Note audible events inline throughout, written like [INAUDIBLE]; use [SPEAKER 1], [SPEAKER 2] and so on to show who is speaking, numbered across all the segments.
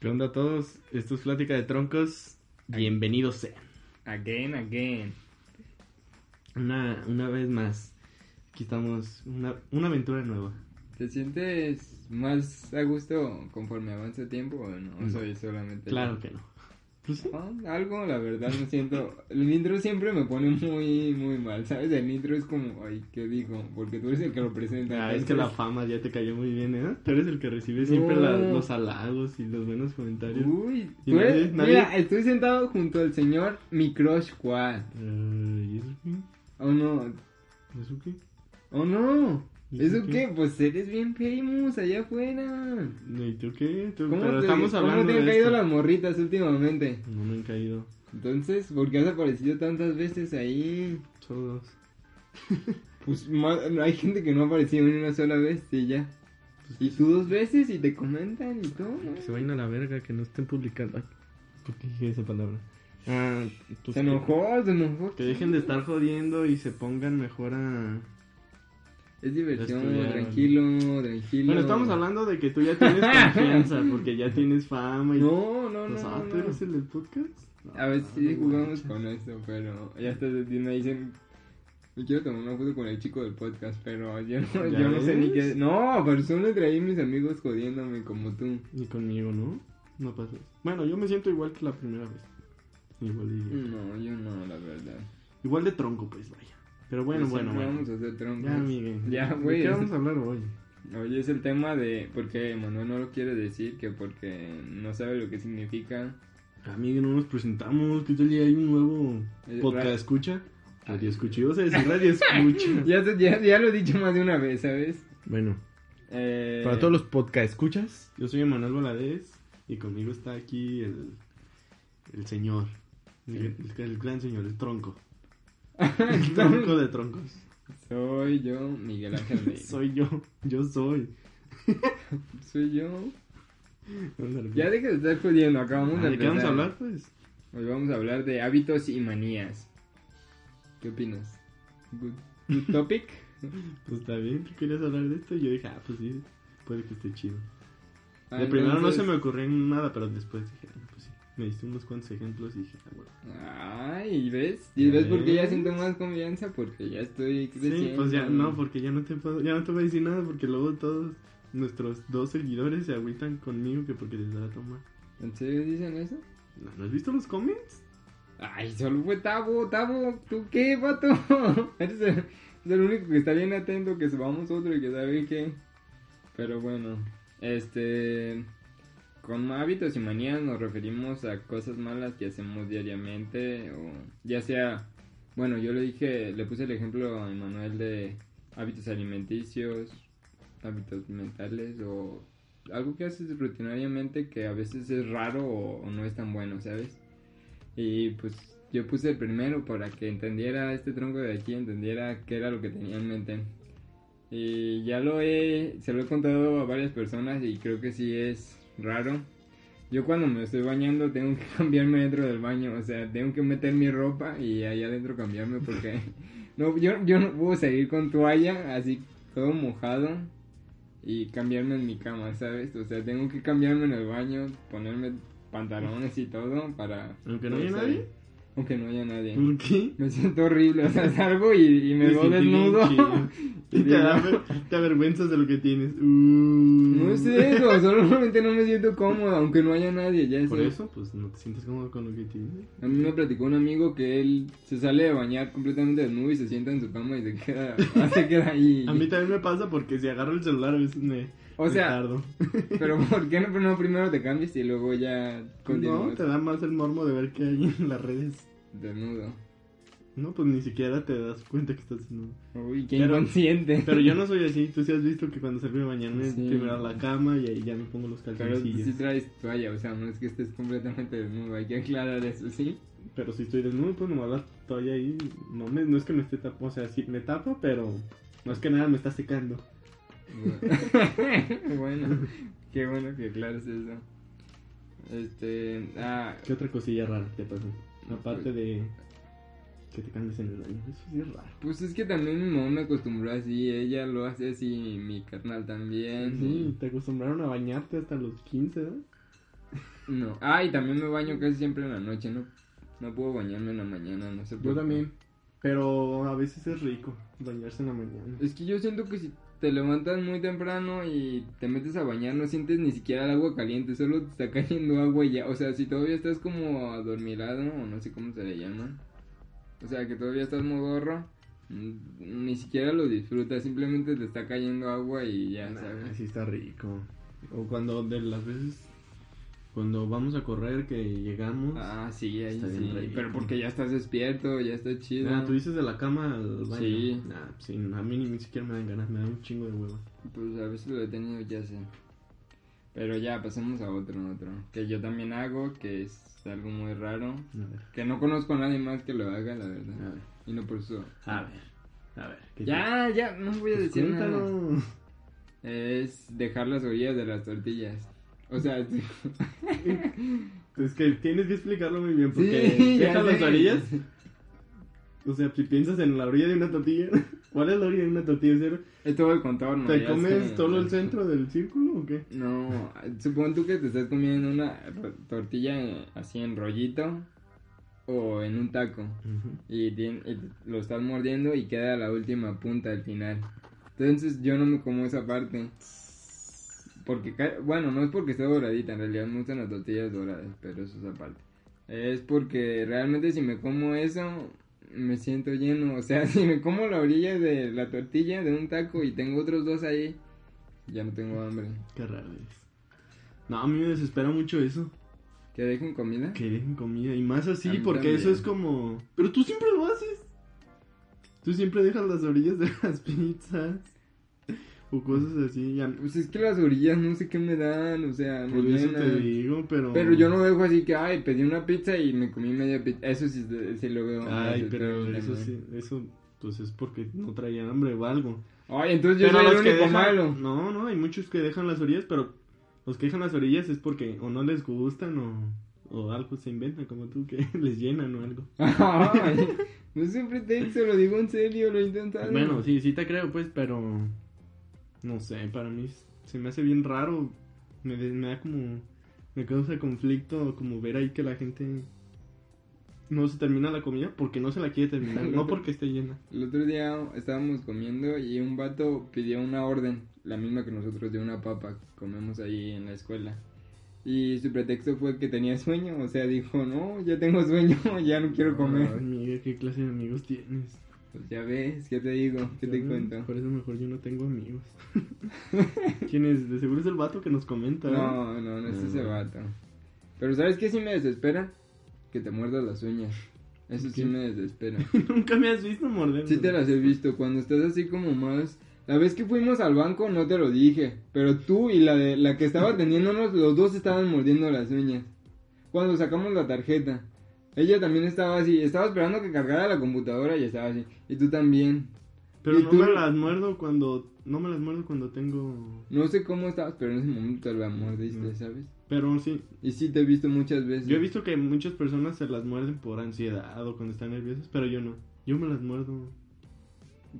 [SPEAKER 1] ¿Qué onda a todos? Esto es Plática de Troncos. Bienvenidos sean.
[SPEAKER 2] Again, again.
[SPEAKER 1] Una, una vez más. Aquí estamos. Una, una aventura nueva.
[SPEAKER 2] ¿Te sientes más a gusto conforme avanza el tiempo o no?
[SPEAKER 1] No.
[SPEAKER 2] Soy solamente.
[SPEAKER 1] Claro que no. Pues sí.
[SPEAKER 2] Ah, algo, la verdad, no siento. El intro siempre me pone muy, muy mal, ¿sabes? El intro es como, ay, ¿qué digo? Porque tú eres el que lo presenta.
[SPEAKER 1] Ah, es que la fama ya te cayó muy bien, ¿eh? Tú eres el que recibe siempre
[SPEAKER 2] No. Uh.
[SPEAKER 1] la- los halagos y los buenos comentarios.
[SPEAKER 2] Uy,
[SPEAKER 1] Y
[SPEAKER 2] tú
[SPEAKER 1] nadie-
[SPEAKER 2] eres-
[SPEAKER 1] nadie-
[SPEAKER 2] Mira, estoy sentado junto al señor Mi Crush Quad.
[SPEAKER 1] Ay, ¿Eso qué?
[SPEAKER 2] Oh no,
[SPEAKER 1] ¿Eso qué?
[SPEAKER 2] oh no.
[SPEAKER 1] ¿Y
[SPEAKER 2] ¿Eso
[SPEAKER 1] tú qué?
[SPEAKER 2] qué? Pues eres bien famous allá afuera.
[SPEAKER 1] ¿Y tú qué? Tú-
[SPEAKER 2] ¿Cómo
[SPEAKER 1] pero
[SPEAKER 2] te,
[SPEAKER 1] estamos
[SPEAKER 2] cómo
[SPEAKER 1] hablando
[SPEAKER 2] te han
[SPEAKER 1] de
[SPEAKER 2] caído
[SPEAKER 1] esto.
[SPEAKER 2] las morritas últimamente?
[SPEAKER 1] No me han caído
[SPEAKER 2] Entonces, ¿por qué has aparecido tantas veces ahí?
[SPEAKER 1] todos.
[SPEAKER 2] Pues ma- hay gente que no ha aparecido ni una sola vez y ya. Y tú dos veces y te comentan y todo. ¿no?
[SPEAKER 1] Pues, Que se vayan a la verga, que no estén publicando. Ay, ¿Por qué dije esa palabra? Ah, pues que-
[SPEAKER 2] Se enojó, se enojó.
[SPEAKER 1] Que dejen de estar jodiendo y se pongan mejor a...
[SPEAKER 2] Es diversión,
[SPEAKER 1] Estudiaron.
[SPEAKER 2] tranquilo, tranquilo.
[SPEAKER 1] Bueno, estamos hablando de que tú ya tienes
[SPEAKER 2] [LAUGHS]
[SPEAKER 1] confianza, porque ya tienes fama y...
[SPEAKER 2] No, no, no.
[SPEAKER 1] Pues, ah,
[SPEAKER 2] no,
[SPEAKER 1] ¿tú
[SPEAKER 2] no.
[SPEAKER 1] eres el del podcast? Ah,
[SPEAKER 2] A ver si
[SPEAKER 1] no
[SPEAKER 2] jugamos
[SPEAKER 1] manches.
[SPEAKER 2] con esto, pero ya hasta me dicen. Me quiero tomar una foto con el chico del podcast, pero yo no,
[SPEAKER 1] ¿Ya
[SPEAKER 2] yo no sé ni
[SPEAKER 1] ves?
[SPEAKER 2] qué. No, pero solo traí mis amigos jodiéndome como tú.
[SPEAKER 1] Y conmigo, ¿no? No pasa. Bueno, yo me siento igual que la primera vez. Igual de...
[SPEAKER 2] No, yo no, la verdad.
[SPEAKER 1] Igual de tronco, pues, vaya. Pero bueno,
[SPEAKER 2] Pues
[SPEAKER 1] bueno,
[SPEAKER 2] siempre
[SPEAKER 1] bueno.
[SPEAKER 2] Vamos a hacer troncos.
[SPEAKER 1] Ya, Miguel.
[SPEAKER 2] Ya,
[SPEAKER 1] ¿De
[SPEAKER 2] güey.
[SPEAKER 1] qué vamos a hablar hoy?
[SPEAKER 2] Oye, es el tema de porque Manuel no lo quiere decir, que porque no sabe lo que significa.
[SPEAKER 1] Amigo, no nos presentamos. ¿Qué tal? Ya hay un nuevo
[SPEAKER 2] Eh,
[SPEAKER 1] podcast.
[SPEAKER 2] ra-
[SPEAKER 1] ¿Escucha? Radio escucha. Ibas a decir
[SPEAKER 2] [LAUGHS]
[SPEAKER 1] radio escucha.
[SPEAKER 2] Ya, te- ya, ya lo he dicho más de una vez, ¿sabes?
[SPEAKER 1] bueno,
[SPEAKER 2] Eh,
[SPEAKER 1] para todos los podcast escuchas, yo soy Emanuel Valadez y conmigo está aquí el, el señor. El, el- el gran señor, el tronco. [LAUGHS] El tronco de troncos.
[SPEAKER 2] Soy yo,
[SPEAKER 1] [LAUGHS]
[SPEAKER 2] Miguel Ángel Rey. soy...
[SPEAKER 1] Soy yo. Yo soy.
[SPEAKER 2] yo.
[SPEAKER 1] Ándale,
[SPEAKER 2] Ya deja de estar jodiendo, acabamos
[SPEAKER 1] Ah,
[SPEAKER 2] de
[SPEAKER 1] ¿De qué vamos a
[SPEAKER 2] empezar.
[SPEAKER 1] hablar, pues?
[SPEAKER 2] Hoy vamos a hablar de hábitos y manías. ¿Qué opinas? Good,
[SPEAKER 1] [LAUGHS]
[SPEAKER 2] good topic.
[SPEAKER 1] Pues está bien, tú querías hablar de esto y yo dije, ah, pues sí, puede que esté chido.
[SPEAKER 2] Ah,
[SPEAKER 1] de primero no
[SPEAKER 2] entonces-
[SPEAKER 1] se me ocurrió nada, pero después dije, ah, pues sí. Me diste unos cuantos ejemplos y dije, ah, bueno.
[SPEAKER 2] Ay, ¿ves? ¿Y
[SPEAKER 1] Ya
[SPEAKER 2] ves por qué ya
[SPEAKER 1] ves.
[SPEAKER 2] siento más confianza? Porque ya estoy creciendo.
[SPEAKER 1] Sí, pues ya, no, porque ya no te puedo, ya no te voy a decir nada porque luego todos nuestros dos seguidores se agüitan conmigo que porque les dará tomar.
[SPEAKER 2] ¿En serio dicen eso?
[SPEAKER 1] ¿No, ¿no has visto los comments?
[SPEAKER 2] Ay, solo fue Tabo, Tabo, ¿tú qué, vato? [LAUGHS] Eres el, eres el único que está bien atento, que subamos otro y que sabe qué. Pero bueno, este... Con hábitos y manías nos referimos a cosas malas que hacemos diariamente o ya sea... Bueno, yo le dije, le puse el ejemplo a Emanuel de hábitos alimenticios, hábitos mentales o algo que haces rutinariamente que a veces es raro o- o no es tan bueno, ¿sabes? Y pues yo puse el primero para que entendiera este tronco de aquí, entendiera qué era lo que tenía en mente. Y ya lo he, se lo he contado a varias personas y creo que sí es raro. Yo cuando me estoy bañando tengo que [LAUGHS] cambiarme dentro del baño, o sea, tengo que meter mi ropa y ahí adentro cambiarme porque [LAUGHS] no, yo, yo no puedo seguir con toalla así todo mojado y cambiarme en mi cama, ¿sabes? O sea, tengo que cambiarme en el baño, ponerme pantalones y todo para...
[SPEAKER 1] Aunque no
[SPEAKER 2] para
[SPEAKER 1] haya
[SPEAKER 2] salir.
[SPEAKER 1] nadie.
[SPEAKER 2] Aunque no haya nadie.
[SPEAKER 1] ¿Por qué?
[SPEAKER 2] Me siento horrible, o sea, salgo y, y [LAUGHS] me
[SPEAKER 1] Te
[SPEAKER 2] veo
[SPEAKER 1] sentí Mm. bien
[SPEAKER 2] desnudo.
[SPEAKER 1] chido.
[SPEAKER 2] Y
[SPEAKER 1] Y te,
[SPEAKER 2] digo,
[SPEAKER 1] aver- te avergüenzas de lo que tienes. Uh.
[SPEAKER 2] [LAUGHS] No es eso, solamente no me siento cómodo, aunque no haya nadie, ya es
[SPEAKER 1] Mm. Por
[SPEAKER 2] eso.
[SPEAKER 1] eso, pues no te sientes cómodo con lo que tienes.
[SPEAKER 2] A mí me platicó un amigo que él se sale de bañar completamente desnudo y se sienta en su cama y se queda, [LAUGHS] se queda ahí.
[SPEAKER 1] [LAUGHS] A mí también me pasa porque si agarro el celular a veces me,
[SPEAKER 2] O
[SPEAKER 1] me
[SPEAKER 2] [LAUGHS] sea,
[SPEAKER 1] tardo.
[SPEAKER 2] pero ¿por qué no, no primero te cambias y luego ya
[SPEAKER 1] No,
[SPEAKER 2] continúas
[SPEAKER 1] te da más el mormo de ver qué hay en las redes.
[SPEAKER 2] desnudo?
[SPEAKER 1] No, pues ni siquiera te das cuenta que estás desnudo.
[SPEAKER 2] Uy, qué
[SPEAKER 1] Pero-
[SPEAKER 2] inconsciente.
[SPEAKER 1] Pero yo no soy así, tú sí has visto que cuando salgo de mañana
[SPEAKER 2] Sí.
[SPEAKER 1] primero a la cama y ahí ya me pongo los
[SPEAKER 2] [LAUGHS] Pero tú sí
[SPEAKER 1] calzoncillos.
[SPEAKER 2] traes toalla, o sea, no es que estés completamente desnudo, hay que aclarar eso, ¿sí?
[SPEAKER 1] Pero si estoy desnudo, pues nomás la toalla ahí, no, me, no es que me esté tapando, o sea, sí me tapa, pero más que nada me está secando.
[SPEAKER 2] [LAUGHS] bueno, qué bueno que aclares eso. Este, ah,
[SPEAKER 1] ¿Qué otra cosilla rara te pasó? Aparte de que te cambies en el baño, eso sí es raro.
[SPEAKER 2] pues es que también mi mamá me acostumbró así, ella lo hace así, mi carnal también.
[SPEAKER 1] Sí, te acostumbraron a bañarte hasta los 15, ¿verdad?
[SPEAKER 2] No. Ah, y también me baño casi siempre en la noche, ¿no? No puedo bañarme en la mañana, no sé por
[SPEAKER 3] Yo
[SPEAKER 2] qué.
[SPEAKER 3] también. Pero a veces es rico bañarse en la mañana.
[SPEAKER 2] Es que yo siento que si te levantas muy temprano y te metes a bañar, no sientes ni siquiera el agua caliente, solo te está [LAUGHS] cayendo agua y ya. O sea, si todavía estás como adormilado, o no sé cómo se le llama. O sea, que todavía estás modorro, mm, ni siquiera lo disfrutas, simplemente te está cayendo agua y ya,
[SPEAKER 1] Nah,
[SPEAKER 2] ¿sabes?
[SPEAKER 1] sí está rico. O cuando de las veces cuando vamos a correr que llegamos.
[SPEAKER 2] Ah, sí, ahí
[SPEAKER 1] Está bien
[SPEAKER 2] sí.
[SPEAKER 1] rico.
[SPEAKER 2] Pero porque ya estás despierto, ya está chido.
[SPEAKER 1] Nah, tú dices de la cama al baño.
[SPEAKER 2] Sí.
[SPEAKER 1] Nah, sí, a mí ni, ni siquiera me dan ganas, me da un chingo de hueva.
[SPEAKER 2] Pues a veces lo he tenido, ya sé. Pero ya, pasemos a otro, otro. Que yo también hago, que es algo muy raro.
[SPEAKER 1] A ver,
[SPEAKER 2] Que no conozco a nadie más que lo haga, la
[SPEAKER 1] a
[SPEAKER 2] verdad.
[SPEAKER 1] ver,
[SPEAKER 2] Y no por eso.
[SPEAKER 1] a ver, a ver. ¿qué
[SPEAKER 2] Ya, ya, no voy a
[SPEAKER 1] te-
[SPEAKER 2] decir nada.
[SPEAKER 1] Pues Cuéntalo.
[SPEAKER 2] Es dejar las orillas de las tortillas. O
[SPEAKER 1] [LAUGHS]
[SPEAKER 2] sea, sí.
[SPEAKER 1] Es que tienes que explicarlo muy bien porque
[SPEAKER 2] Sí, [LAUGHS] ya
[SPEAKER 1] deja las
[SPEAKER 2] sé.
[SPEAKER 1] orillas. O sea, si piensas en la orilla de una tortilla, [LAUGHS] ¿cuál es la orilla de una tortilla? ¿Cero?
[SPEAKER 2] es todo el contorno.
[SPEAKER 1] ¿Te
[SPEAKER 2] ya
[SPEAKER 1] comes
[SPEAKER 2] sé.
[SPEAKER 1] todo el centro del círculo o qué?
[SPEAKER 2] No, supongo tú que te estás comiendo una ro- tortilla en- así en rollito o en un taco. y, tien- y lo estás mordiendo y queda la última punta al final. Entonces yo no me como esa parte. Porque, ca- bueno, no es porque esté doradita, en realidad me gustan las tortillas doradas, pero eso es aparte. Es porque realmente si me como eso, me siento lleno. O sea, [LAUGHS] si me como la orilla de la tortilla de un taco y tengo otros dos ahí, ya no tengo hambre.
[SPEAKER 1] Qué raro es. No, a mí me desespera mucho eso.
[SPEAKER 2] ¿Que dejen comida?
[SPEAKER 1] Que dejen comida. Y más
[SPEAKER 2] A
[SPEAKER 1] así,
[SPEAKER 2] mí
[SPEAKER 1] porque
[SPEAKER 2] también.
[SPEAKER 1] eso es como. Pero tú siempre lo haces. Tú siempre dejas las orillas de las pizzas. O cosas así. Ya...
[SPEAKER 2] Pues es que las orillas no sé qué me dan, o sea, me
[SPEAKER 1] Por eso te
[SPEAKER 2] llenan.
[SPEAKER 1] digo, pero.
[SPEAKER 2] Pero yo no dejo así que, ay, pedí una pizza y me comí media pizza. Eso sí, sí lo veo.
[SPEAKER 1] Ay,
[SPEAKER 2] Eso
[SPEAKER 1] pero
[SPEAKER 2] también.
[SPEAKER 1] eso sí. Eso, pues es porque no traía hambre o algo.
[SPEAKER 2] Ay, entonces Pues
[SPEAKER 1] Pero
[SPEAKER 2] yo soy el
[SPEAKER 1] los que
[SPEAKER 2] único
[SPEAKER 1] dejan-
[SPEAKER 2] malo. [LAUGHS]
[SPEAKER 1] No, no, hay muchos que dejan las orillas, pero los que dejan las orillas es porque o no les gustan o, o algo se inventan, como tú, que [LAUGHS] les llenan o algo.
[SPEAKER 2] Ay, no es un pretexto, lo digo en serio, lo he intentado.
[SPEAKER 1] Bueno, sí, sí te creo, pues, pero no sé, para mí s- se me hace bien raro. Me, de- me da como. Me causa conflicto como ver ahí que la gente no se termina la comida porque no se la quiere terminar,
[SPEAKER 2] [LAUGHS]
[SPEAKER 1] no porque esté llena.
[SPEAKER 2] El otro día estábamos comiendo y un vato pidió una orden, la misma que nosotros de una papa que comemos ahí en la escuela. Y su pretexto fue que tenía sueño, o sea, dijo, no, ya tengo sueño, [LAUGHS] ya no quiero
[SPEAKER 1] Ay,
[SPEAKER 2] comer.
[SPEAKER 1] Miguel, ¿qué clase de amigos tienes?
[SPEAKER 2] Pues ya ves, ¿qué te digo? ¿Qué te
[SPEAKER 1] Ya,
[SPEAKER 2] cuento?
[SPEAKER 1] Por eso mejor yo no tengo amigos. [LAUGHS] ¿Quién es? De seguro es el vato que nos comenta. ¿eh?
[SPEAKER 2] No, no, no es
[SPEAKER 1] No,
[SPEAKER 2] ese
[SPEAKER 1] no.
[SPEAKER 2] vato. Pero ¿sabes qué sí me desespera? Que te muerdas las uñas. Eso sí
[SPEAKER 1] ¿Qué?
[SPEAKER 2] me
[SPEAKER 1] [LAUGHS]
[SPEAKER 2] desespera.
[SPEAKER 1] [LAUGHS] Nunca me has visto morder.
[SPEAKER 2] Sí te las he visto cuando estás así como más... La vez que fuimos al banco no te lo dije, pero tú y la de la que estaba atendiéndonos, los dos estaban mordiendo las uñas. Cuando sacamos la tarjeta, ella también estaba así, estaba esperando que cargara la computadora y estaba así, y tú también.
[SPEAKER 1] Pero
[SPEAKER 2] ¿Y
[SPEAKER 1] no
[SPEAKER 2] tú?
[SPEAKER 1] me las muerdo cuando. No me las muerdo cuando tengo.
[SPEAKER 2] No sé cómo estabas, pero en ese momento te la mordiste,
[SPEAKER 1] No.
[SPEAKER 2] ¿sabes?
[SPEAKER 1] Pero sí,
[SPEAKER 2] Y sí te he visto muchas veces.
[SPEAKER 1] yo he visto que muchas personas se las muerden por ansiedad o cuando están nerviosas, pero yo no. Yo me las muerdo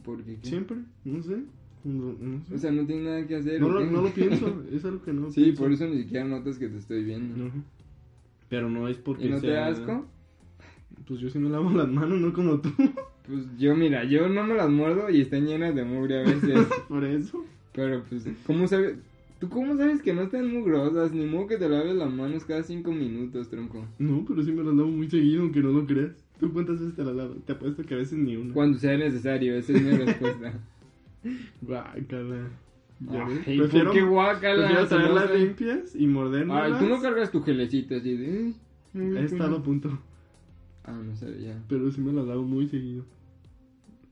[SPEAKER 2] Porque, ¿qué?
[SPEAKER 1] siempre, no sé. No, no sé.
[SPEAKER 2] O sea, no tienes nada que hacer.
[SPEAKER 1] no,
[SPEAKER 2] ¿o
[SPEAKER 1] lo,
[SPEAKER 2] qué?
[SPEAKER 1] no lo
[SPEAKER 2] [LAUGHS]
[SPEAKER 1] pienso, es algo que no
[SPEAKER 2] Sí,
[SPEAKER 1] pienso.
[SPEAKER 2] por eso ni siquiera notas que te estoy viendo.
[SPEAKER 1] No. Pero no es porque
[SPEAKER 2] ¿Y no te
[SPEAKER 1] sea-
[SPEAKER 2] da asco?
[SPEAKER 1] Pues yo sí me lavo las manos, no como tú, [LAUGHS]
[SPEAKER 2] Pues yo, mira, yo no me las muerdo y están llenas de mugre a
[SPEAKER 1] [LAUGHS]
[SPEAKER 2] veces.
[SPEAKER 1] por eso.
[SPEAKER 2] pero pues, ¿cómo sabes? ¿Tú cómo sabes que no están mugrosas? Ni modo que te laves las manos cada cinco minutos, tronco.
[SPEAKER 1] No, pero sí me las lavo muy seguido, aunque no lo creas. ¿Tú cuántas veces te las lavas? Te apuesto que a veces ni una.
[SPEAKER 2] Cuando sea necesario, esa
[SPEAKER 1] [LAUGHS]
[SPEAKER 2] es mi respuesta.
[SPEAKER 1] Guácala. Ya ves.
[SPEAKER 2] Ay,
[SPEAKER 1] prefiero
[SPEAKER 2] ¿por qué guacala?
[SPEAKER 1] prefiero traerlas
[SPEAKER 2] Ay,
[SPEAKER 1] limpias y morderlas.
[SPEAKER 2] tú no cargas tu gelecito así de...
[SPEAKER 1] He estado a punto,
[SPEAKER 2] Ah, no sabía.
[SPEAKER 1] pero sí me las lavo muy seguido.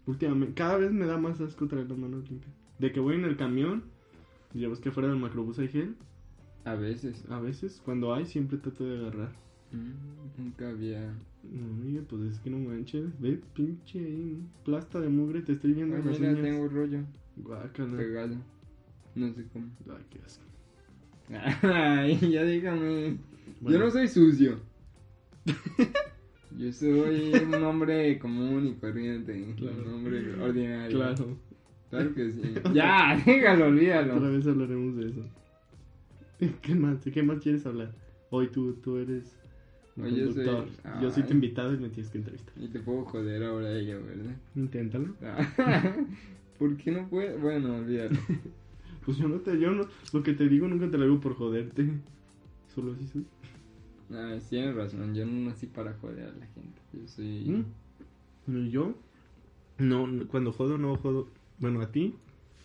[SPEAKER 1] Últimamente, cada vez me da más asco traer las manos limpias. De que voy en el camión, ya ves que afuera del macrobús hay gel.
[SPEAKER 2] A veces.
[SPEAKER 1] A veces, cuando hay, siempre trato de agarrar.
[SPEAKER 2] Mm, nunca había...
[SPEAKER 1] No, mira, pues es que no manches. Ve, pinche ahí, plasta de mugre, te estoy viendo
[SPEAKER 2] Ay,
[SPEAKER 1] las
[SPEAKER 2] Ah, mira,
[SPEAKER 1] uñas.
[SPEAKER 2] tengo rollo
[SPEAKER 1] Guácala.
[SPEAKER 2] pegado. No sé
[SPEAKER 1] [LAUGHS]
[SPEAKER 2] cómo.
[SPEAKER 1] Ay, qué asco.
[SPEAKER 2] Ay, ya déjame.
[SPEAKER 1] Bueno.
[SPEAKER 2] Yo no soy sucio. Yo soy un hombre común y corriente.
[SPEAKER 1] Claro.
[SPEAKER 2] Un hombre ordinario.
[SPEAKER 1] Claro,
[SPEAKER 2] Claro
[SPEAKER 1] [LAUGHS]
[SPEAKER 2] que sí. Ya, déjalo,
[SPEAKER 1] otra
[SPEAKER 2] olvídalo.
[SPEAKER 1] [LAUGHS] vez hablaremos de eso. ¿Qué más? ¿De qué más quieres hablar? Hoy tú, tú eres el
[SPEAKER 2] Hoy yo soy-
[SPEAKER 1] conductor. Yo soy
[SPEAKER 2] Ay.
[SPEAKER 1] tu invitado y me tienes que entrevistar.
[SPEAKER 2] Y te puedo joder ahora a ella, ¿verdad? [LAUGHS]
[SPEAKER 1] Inténtalo.
[SPEAKER 2] Ah, ¿Por qué no puede? Bueno, olvídalo.
[SPEAKER 1] Pues yo no te, yo no, lo que te digo nunca te lo digo por joderte. Solo así soy.
[SPEAKER 2] Ah, sí, tienes razón, yo no nací para joder a la gente. Yo soy.
[SPEAKER 1] ¿Mm? Y Yo, no, no, cuando jodo, no jodo. Bueno, a ti,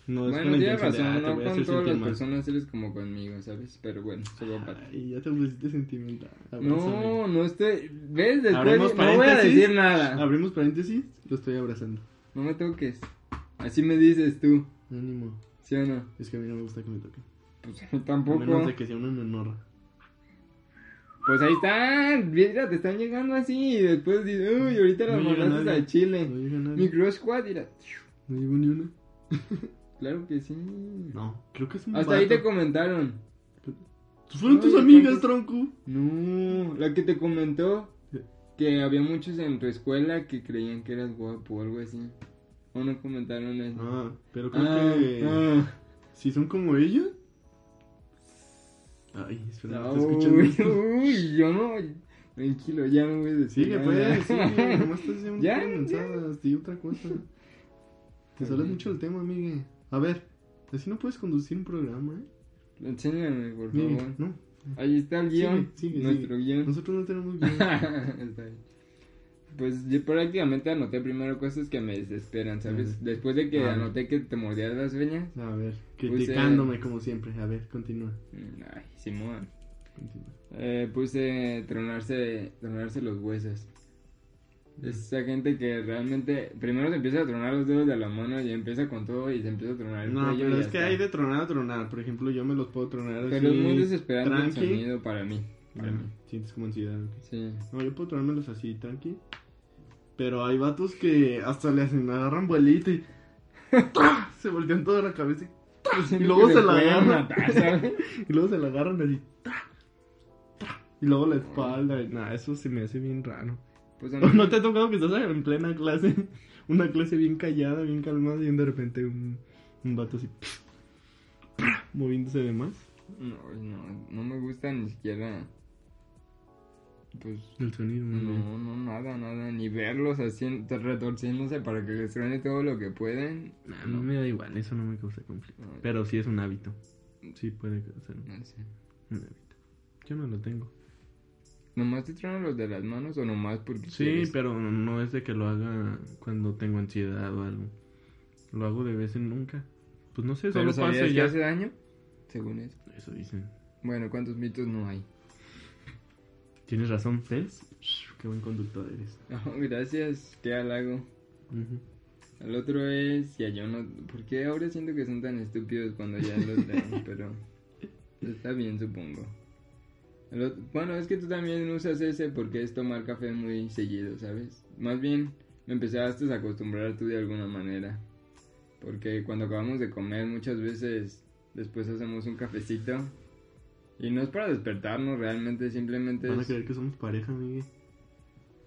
[SPEAKER 1] no es
[SPEAKER 2] bueno,
[SPEAKER 1] con la
[SPEAKER 2] tienes
[SPEAKER 1] intención de,
[SPEAKER 2] razón,
[SPEAKER 1] ah, te
[SPEAKER 2] no
[SPEAKER 1] voy a
[SPEAKER 2] con
[SPEAKER 1] hacer
[SPEAKER 2] todas
[SPEAKER 1] sentir
[SPEAKER 2] las
[SPEAKER 1] mal.
[SPEAKER 2] personas eres como conmigo, ¿sabes? Pero bueno, solo para.
[SPEAKER 1] Ay, ya te pusiste sentimental. Abrázame.
[SPEAKER 2] No, no estoy. ¿Ves? Después
[SPEAKER 1] Abrimos
[SPEAKER 2] no voy a
[SPEAKER 1] paréntesis.
[SPEAKER 2] decir nada.
[SPEAKER 1] Abrimos paréntesis, lo estoy abrazando.
[SPEAKER 2] No me toques. Así me dices tú,
[SPEAKER 1] Ánimo.
[SPEAKER 2] ¿sí o no?
[SPEAKER 1] Es que a mí no me gusta que me toquen.
[SPEAKER 2] Pues a mí
[SPEAKER 1] A
[SPEAKER 2] tampoco.
[SPEAKER 1] menos de que sea una menorra.
[SPEAKER 2] Pues ahí están. Mira, te están llegando así. Y después dices, uy, ahorita las
[SPEAKER 1] No llega
[SPEAKER 2] mandaste
[SPEAKER 1] nadie.
[SPEAKER 2] a Chile.
[SPEAKER 1] No llega
[SPEAKER 2] Mi
[SPEAKER 1] nadie.
[SPEAKER 2] crush squad, mira.
[SPEAKER 1] No llegó ni una.
[SPEAKER 2] Claro que sí.
[SPEAKER 1] No, creo que es un
[SPEAKER 2] Hasta ahí te
[SPEAKER 1] vato. Pues
[SPEAKER 2] comentaron.
[SPEAKER 1] Fueron tus
[SPEAKER 2] Ay,
[SPEAKER 1] amigas,
[SPEAKER 2] ¿cuántas?
[SPEAKER 1] tronco.
[SPEAKER 2] No, la que te comentó
[SPEAKER 1] Sí.
[SPEAKER 2] que había muchos en tu escuela que creían que eras guapo o algo así. O no comentaron eso.
[SPEAKER 1] Ah, pero creo
[SPEAKER 2] Ah,
[SPEAKER 1] que
[SPEAKER 2] ah.
[SPEAKER 1] si son como ella. Ay, espera, no,
[SPEAKER 2] No,
[SPEAKER 1] Pues, te escuchando.
[SPEAKER 2] uy, [LAUGHS] uy, yo no. Tranquilo, ya no voy a decir.
[SPEAKER 1] Sigue,
[SPEAKER 2] nada.
[SPEAKER 1] pues,
[SPEAKER 2] [LAUGHS]
[SPEAKER 1] sigue. Nomás estás haciendo
[SPEAKER 2] Ya,
[SPEAKER 1] puras mensadas y otra cosa. Te sales mucho del tema, amigue. A ver, así no puedes conducir un programa, ¿eh?
[SPEAKER 2] Enséñame, por
[SPEAKER 1] Migue,
[SPEAKER 2] favor.
[SPEAKER 1] no.
[SPEAKER 2] Ahí está el
[SPEAKER 1] Sigue,
[SPEAKER 2] guión.
[SPEAKER 1] sigue,
[SPEAKER 2] nuestro guión.
[SPEAKER 1] Nosotros no tenemos guión.
[SPEAKER 2] [LAUGHS] Está bien. Pues yo prácticamente anoté primero cosas que me desesperan, ¿sabes?
[SPEAKER 1] Ajá.
[SPEAKER 2] Después de que
[SPEAKER 1] Ah.
[SPEAKER 2] anoté que te mordías las uñas.
[SPEAKER 1] A ver, criticándome como siempre. A ver, continúa.
[SPEAKER 2] mm, Ay, Simón.
[SPEAKER 1] continúa.
[SPEAKER 2] Eh, puse tronarse, tronarse los huesos. Es esa gente que realmente primero se empieza a tronar los dedos de la mano y empieza con todo y se empieza a tronar el
[SPEAKER 1] No,
[SPEAKER 2] cuello
[SPEAKER 1] pero
[SPEAKER 2] y
[SPEAKER 1] es que
[SPEAKER 2] hasta-
[SPEAKER 1] hay de tronar a tronar. Por ejemplo, yo me los puedo tronar así.
[SPEAKER 2] Pero es muy desesperante el
[SPEAKER 1] tranqui.
[SPEAKER 2] sonido para mí. Para mí.
[SPEAKER 1] Ah, Sientes como ansiedad, ok. [LAUGHS]
[SPEAKER 2] Sí.
[SPEAKER 1] No, yo puedo traérmelos así, tranqui. Pero hay vatos que hasta le hacen, agarran vuelita y [LAUGHS] ¡tra! se voltean toda la cabeza y,
[SPEAKER 2] Siento
[SPEAKER 1] luego
[SPEAKER 2] que
[SPEAKER 1] se la
[SPEAKER 2] pueden
[SPEAKER 1] agarra. [LAUGHS]
[SPEAKER 2] matar, ¿sabes?
[SPEAKER 1] y luego se la agarran así. ¡tra! ¡tra! Y luego la espalda. y Nada, eso se me hace bien raro. [LAUGHS]
[SPEAKER 2] Pues a mí-
[SPEAKER 1] ¿No te ha tocado que estás en plena clase? [LAUGHS] Una clase bien callada, bien calmada y de repente un, un vato así [LAUGHS] ¡pra! moviéndose de más.
[SPEAKER 2] No, no, no me gusta ni siquiera. Pues
[SPEAKER 1] El sonido, ¿no?
[SPEAKER 2] no, no, nada, nada. Ni verlos así retorciéndose para que les truene todo lo que pueden.
[SPEAKER 1] Nah, no me da igual, eso no me causa conflicto.
[SPEAKER 2] No,
[SPEAKER 1] Pero sí es un hábito. Sí puede causar un
[SPEAKER 2] no sé.
[SPEAKER 1] un hábito. Yo no lo tengo.
[SPEAKER 2] ¿Nomás te truenan los de las manos o nomás porque
[SPEAKER 1] Sí,
[SPEAKER 2] quieres?
[SPEAKER 1] pero no es de que lo haga cuando tengo ansiedad o algo. Lo hago de vez en nunca. Pues no sé,
[SPEAKER 2] ¿Pero
[SPEAKER 1] solo pasa
[SPEAKER 2] sabías
[SPEAKER 1] y
[SPEAKER 2] que
[SPEAKER 1] ya.
[SPEAKER 2] hace daño? Según eso.
[SPEAKER 1] Eso dicen.
[SPEAKER 2] Bueno, ¿cuántos mitos no hay? [LAUGHS]
[SPEAKER 1] Tienes razón, ¿ves? Qué buen conductor eres.
[SPEAKER 2] Oh, gracias, qué halago.
[SPEAKER 1] Ujú.
[SPEAKER 2] El otro es, ya yo no, ¿por qué ahora siento que son tan estúpidos cuando ya los dan? Pero está bien, supongo. El ot- bueno, es que tú también usas ese porque es tomar café muy seguido, ¿sabes? Más bien, me empezaste a acostumbrar tú de alguna manera. Porque cuando acabamos de comer, muchas veces después hacemos un cafecito. Y no es para despertarnos realmente, simplemente
[SPEAKER 1] Van a
[SPEAKER 2] es-
[SPEAKER 1] creer que somos pareja, amigue.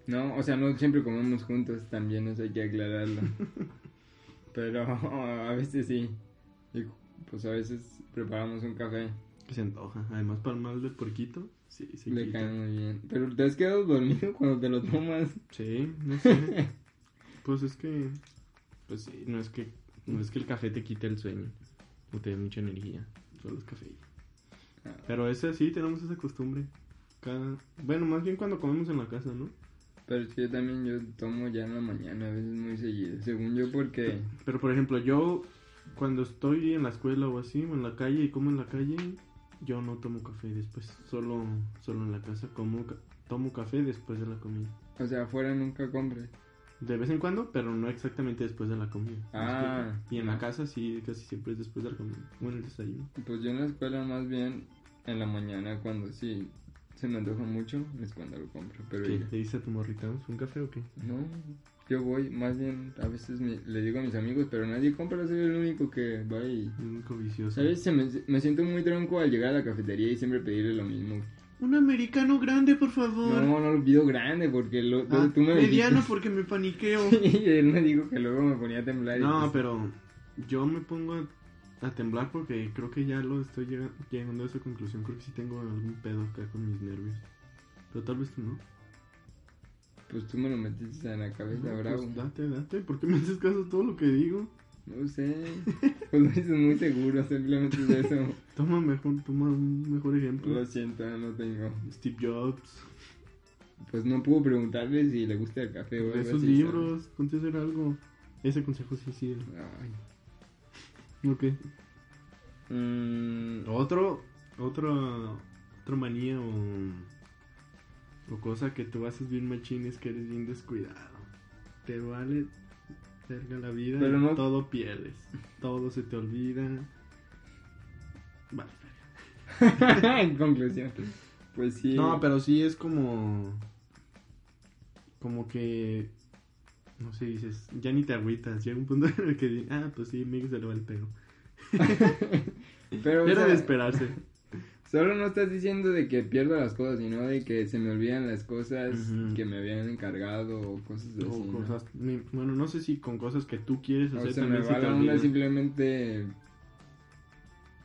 [SPEAKER 2] no, o sea, no siempre comemos juntos, también eso hay que aclararlo.
[SPEAKER 1] [LAUGHS]
[SPEAKER 2] Pero [LAUGHS] a veces sí. Y pues a veces preparamos un café.
[SPEAKER 1] Que se antoja. Además, para el mal del puerquito. Sí, se
[SPEAKER 2] le
[SPEAKER 1] quita.
[SPEAKER 2] cae muy bien. Pero te has quedado dormido [LAUGHS] cuando te lo tomas.
[SPEAKER 1] Sí, no sé. pues es que. Pues sí, no es que. No es que el café te quite el sueño. O te dé mucha energía. Solo es café.
[SPEAKER 2] Ah.
[SPEAKER 1] Pero ese sí, tenemos esa costumbre. Cada... Bueno, más bien cuando comemos en la casa, ¿no?
[SPEAKER 2] Pero es que yo también yo tomo ya en la mañana, a veces muy seguido. Según yo, porque.
[SPEAKER 1] Pero por ejemplo, yo cuando estoy en la escuela o así, o en la calle y como en la calle, yo no tomo café después. Solo, solo en la casa como, ca- tomo café después de la comida.
[SPEAKER 2] O sea, afuera nunca compres.
[SPEAKER 1] De vez en cuando, pero no exactamente después de la comida. ¿Me
[SPEAKER 2] Ah,
[SPEAKER 1] explico? y en
[SPEAKER 2] ya.
[SPEAKER 1] la casa sí, casi siempre es después de la comida. O en el desayuno.
[SPEAKER 2] Pues yo en la escuela, más bien en la mañana, cuando sí se me antoja mucho, es cuando lo compro. Pero
[SPEAKER 1] ¿Qué?
[SPEAKER 2] ya.
[SPEAKER 1] ¿Te dice a tu morrita? "Vamos por ¿Un café o qué?
[SPEAKER 2] No, yo voy, más bien a veces me- le digo a mis amigos, pero nadie compra, soy el único que va y...
[SPEAKER 1] El único vicioso.
[SPEAKER 2] ¿Sabes? Se me, me siento muy tronco al llegar a la cafetería y siempre pedirle lo mismo.
[SPEAKER 1] Un americano grande, por favor.
[SPEAKER 2] No, no lo pido grande porque lo,
[SPEAKER 1] Mm. Ah,
[SPEAKER 2] tú me dijiste- [LAUGHS]
[SPEAKER 1] mediano porque me paniqueo.
[SPEAKER 2] y pues, él me dijo que luego me ponía a temblar. y
[SPEAKER 1] No,
[SPEAKER 2] pues,
[SPEAKER 1] pero yo me pongo a a temblar porque creo que ya lo estoy llega- llegando a esa conclusión. Creo que sí tengo algún pedo acá con mis nervios. Pero tal vez tú no.
[SPEAKER 2] Pues tú me lo metiste en la cabeza,
[SPEAKER 1] No,
[SPEAKER 2] bravo.
[SPEAKER 1] pues date, date. ¿Por qué me haces caso a todo lo que digo?
[SPEAKER 2] No sé. Pues lo dices muy seguro, simplemente es
[SPEAKER 1] [LAUGHS]
[SPEAKER 2] eso.
[SPEAKER 1] Toma mejor, toma un mejor ejemplo.
[SPEAKER 2] Lo siento, no tengo.
[SPEAKER 1] Steve Jobs,
[SPEAKER 2] Pues no puedo preguntarle si le gusta el café o algo
[SPEAKER 1] de esos
[SPEAKER 2] así,
[SPEAKER 1] libros, ponte a hacer algo. Ese consejo sí sirve.
[SPEAKER 2] ¿sabes? Ay.
[SPEAKER 1] Ok.
[SPEAKER 2] Mm,
[SPEAKER 1] Otro, otro, otra manía o, o cosa que tú haces bien machín es que eres bien descuidado. Te vale verga la vida
[SPEAKER 2] Pero
[SPEAKER 1] y
[SPEAKER 2] no-
[SPEAKER 1] todo pierdes. Todo se te olvida. Vale.
[SPEAKER 2] [LAUGHS] en conclusión. Pues sí.
[SPEAKER 1] No, pero sí es como... Como que... No sé, dices, ya ni te agüitas. Llega un punto [LAUGHS] en el que dices, ah, pues sí, Miguel se le va el pelo.
[SPEAKER 2] Pero, o
[SPEAKER 1] Era
[SPEAKER 2] sea,
[SPEAKER 1] de esperarse.
[SPEAKER 2] Solo no estás diciendo de que pierdo las cosas, sino de que se me olvidan las cosas
[SPEAKER 1] Ujú.
[SPEAKER 2] que me habían encargado o cosas así.
[SPEAKER 1] O
[SPEAKER 2] [LAUGHS] ¿no?
[SPEAKER 1] Pues, cosas, ni- bueno, no sé si con cosas que tú quieres hacer
[SPEAKER 2] O se me
[SPEAKER 1] también
[SPEAKER 2] va
[SPEAKER 1] se te
[SPEAKER 2] la onda
[SPEAKER 1] olvida.
[SPEAKER 2] simplemente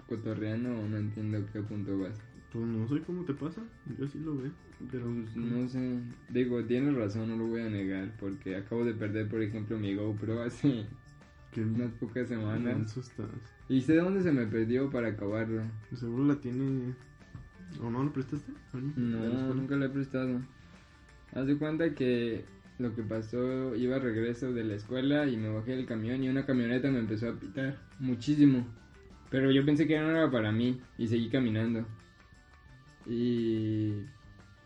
[SPEAKER 2] cotorreando, no entiendo a qué punto vas.
[SPEAKER 1] Pues no sé cómo te pasa, yo sí lo veo, pero
[SPEAKER 2] Pues, no sé, digo, tienes razón, no lo voy a negar, porque acabo de perder, por ejemplo, mi GoPro hace [LAUGHS]
[SPEAKER 1] que
[SPEAKER 2] unas pocas semanas.
[SPEAKER 1] menso estás.
[SPEAKER 2] Y sé dónde se me perdió para acabarlo.
[SPEAKER 1] Seguro la tiene... ¿O no lo prestaste? ¿O no? ¿De la
[SPEAKER 2] No,
[SPEAKER 1] escuela?
[SPEAKER 2] nunca le he prestado. Haz de cuenta que lo que pasó, iba a regreso de la escuela y me bajé del camión y una camioneta me empezó a pitar muchísimo. Pero yo pensé que no era para mí y seguí caminando. Y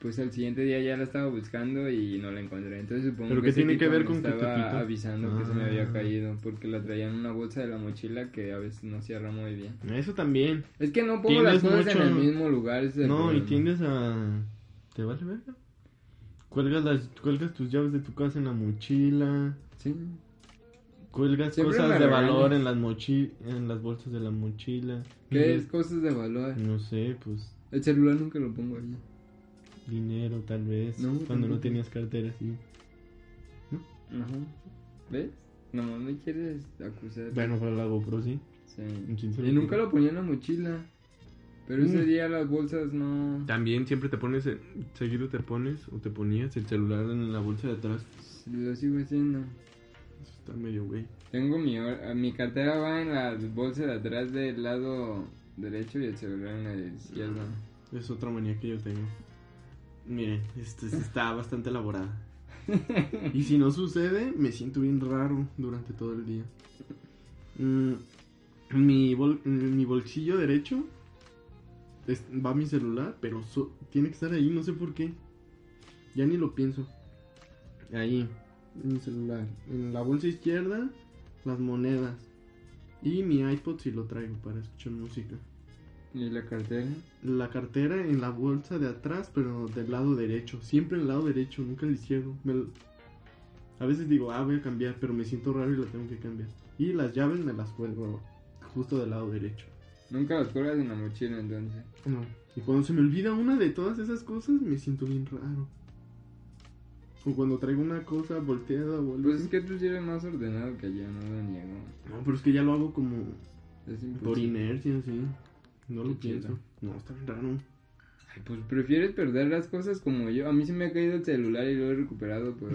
[SPEAKER 2] pues al siguiente día ya la estaba buscando y no la encontré. Entonces supongo
[SPEAKER 1] ¿Pero
[SPEAKER 2] que
[SPEAKER 1] qué
[SPEAKER 2] ese
[SPEAKER 1] tiene que
[SPEAKER 2] tipo
[SPEAKER 1] ver
[SPEAKER 2] me
[SPEAKER 1] con que te
[SPEAKER 2] estaba
[SPEAKER 1] pitó?
[SPEAKER 2] avisando que se me
[SPEAKER 1] Ah.
[SPEAKER 2] había caído porque la traía en una bolsa de la mochila que a veces no cierra muy bien.
[SPEAKER 1] Eso también.
[SPEAKER 2] Es que no pongo las
[SPEAKER 1] Tiendes
[SPEAKER 2] cosas en el
[SPEAKER 1] mucho-
[SPEAKER 2] mismo lugar. ese es el
[SPEAKER 1] No, y
[SPEAKER 2] problema.
[SPEAKER 1] tiendes a... ¿Te vale verga? Cuelgas, las, cuelgas tus llaves de tu casa en la mochila,
[SPEAKER 2] Sí.
[SPEAKER 1] cuelgas
[SPEAKER 2] Siempre me
[SPEAKER 1] cosas de
[SPEAKER 2] regañas.
[SPEAKER 1] valor en las, mochi en las bolsas de la mochila.
[SPEAKER 2] ¿Qué es cosas de valor?
[SPEAKER 1] No sé, pues
[SPEAKER 2] El celular nunca lo pongo ahí.
[SPEAKER 1] dinero tal vez,
[SPEAKER 2] No,
[SPEAKER 1] cuando
[SPEAKER 2] tampoco.
[SPEAKER 1] no tenías cartera, sí.
[SPEAKER 2] Ajá. ¿Ves? Nomás me quieres acusar.
[SPEAKER 1] Bueno, para la GoPro sí.
[SPEAKER 2] Sí.
[SPEAKER 1] ¿quién se
[SPEAKER 2] Y
[SPEAKER 1] lo
[SPEAKER 2] nunca
[SPEAKER 1] pone?
[SPEAKER 2] lo ponía en la mochila. Pero ese
[SPEAKER 1] Mm.
[SPEAKER 2] día las bolsas no.
[SPEAKER 1] También siempre te pones, eh, seguido te pones o te ponías el celular en la bolsa de atrás.
[SPEAKER 2] Lo sigo haciendo.
[SPEAKER 1] Eso está medio güey.
[SPEAKER 2] Tengo mi, hor- mi cartera va en la bolsa de atrás del lado derecho y el celular en el izquierdo.
[SPEAKER 1] Es otra manía que yo tengo. Miren, este, sí está bastante elaborada. Y si no sucede, me siento bien raro durante todo el día. Mm, en, mi bol- en mi bolsillo derecho es- va mi celular, pero so- tiene que estar ahí, no sé por qué. Ya ni lo pienso. Ahí, en mi celular. En la bolsa izquierda, las monedas. Y mi iPod si lo traigo para escuchar música.
[SPEAKER 2] ¿Y la cartera?
[SPEAKER 1] La cartera en la bolsa de atrás, pero del lado derecho. Siempre el lado derecho, nunca el izquierdo. Me l- A veces digo, ah, voy a cambiar, pero me siento raro y la tengo que cambiar. Y las llaves me las cuelgo justo del lado derecho.
[SPEAKER 2] Nunca las cuelgas en la mochila entonces.
[SPEAKER 1] No. Y cuando se me olvida una de todas esas cosas, me siento bien raro. O cuando traigo una cosa volteada o algo.
[SPEAKER 2] Pues
[SPEAKER 1] así.
[SPEAKER 2] es que tú sí eres más ordenado que yo, no lo niego.
[SPEAKER 1] No, pero es que ya lo hago como
[SPEAKER 2] Es
[SPEAKER 1] por
[SPEAKER 2] imposible.
[SPEAKER 1] inercia, sí. No lo
[SPEAKER 2] Pues Qué chido.
[SPEAKER 1] pienso. No, está bien raro.
[SPEAKER 2] Ay, Pues prefieres perder las cosas como yo. A mí se me ha caído el celular y lo he recuperado por,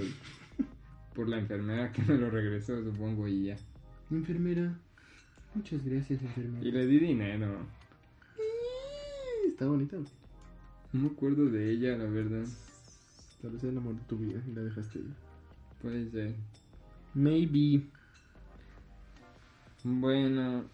[SPEAKER 2] por la enfermera que me lo regresó, supongo, y ya.
[SPEAKER 1] Enfermera. Muchas gracias, enfermera.
[SPEAKER 2] Y le di dinero.
[SPEAKER 1] Está bonita.
[SPEAKER 2] No me acuerdo de ella, la verdad.
[SPEAKER 1] Tal vez era el amor de tu vida y la dejaste ir.
[SPEAKER 2] Puede ser.
[SPEAKER 1] Maybe.
[SPEAKER 2] Bueno,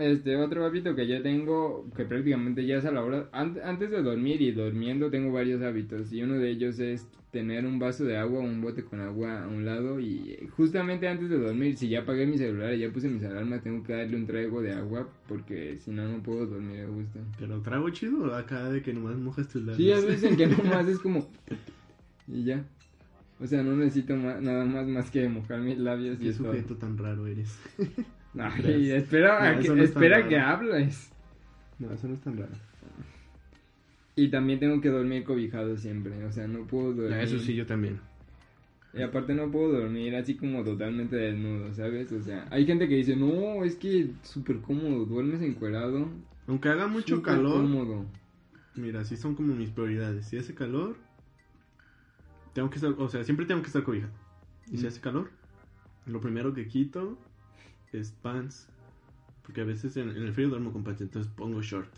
[SPEAKER 2] este otro hábito que yo tengo, que prácticamente ya es a la hora, an- antes de dormir y durmiendo tengo varios hábitos y uno de ellos es tener un vaso de agua, un bote con agua a un lado y justamente antes de dormir, si ya apagué mi celular y ya puse mis alarmas, tengo que darle un trago de agua porque si no, no puedo dormir a gusto.
[SPEAKER 1] Pero trago chido acá de que nomás mojas tus labios.
[SPEAKER 2] Sí, ya dicen que nomás es como... y ya. O sea, no necesito ma- nada más más que mojar mis labios y
[SPEAKER 1] Qué
[SPEAKER 2] es todo.
[SPEAKER 1] sujeto tan raro eres.
[SPEAKER 2] Ay, espera, a
[SPEAKER 1] No,
[SPEAKER 2] que-
[SPEAKER 1] eso no es tan
[SPEAKER 2] espera
[SPEAKER 1] raro.
[SPEAKER 2] que hables.
[SPEAKER 1] No, eso no es tan raro. Ah,
[SPEAKER 2] Y también tengo que dormir cobijado siempre, o sea, no puedo dormir.
[SPEAKER 1] yo también.
[SPEAKER 2] Y aparte no puedo dormir así como totalmente desnudo, ¿sabes? O sea, hay gente que dice, no, es que súper cómodo, duermes encuerado.
[SPEAKER 1] Aunque haga mucho
[SPEAKER 2] súper
[SPEAKER 1] calor,
[SPEAKER 2] cómodo.
[SPEAKER 1] mira, sí son como mis prioridades. Si hace calor, tengo que estar, o sea, siempre tengo que estar cobijado. Y si
[SPEAKER 2] Mm.
[SPEAKER 1] hace calor, lo primero que quito es pants. Porque a veces en, en el frío duermo con pants, entonces pongo short.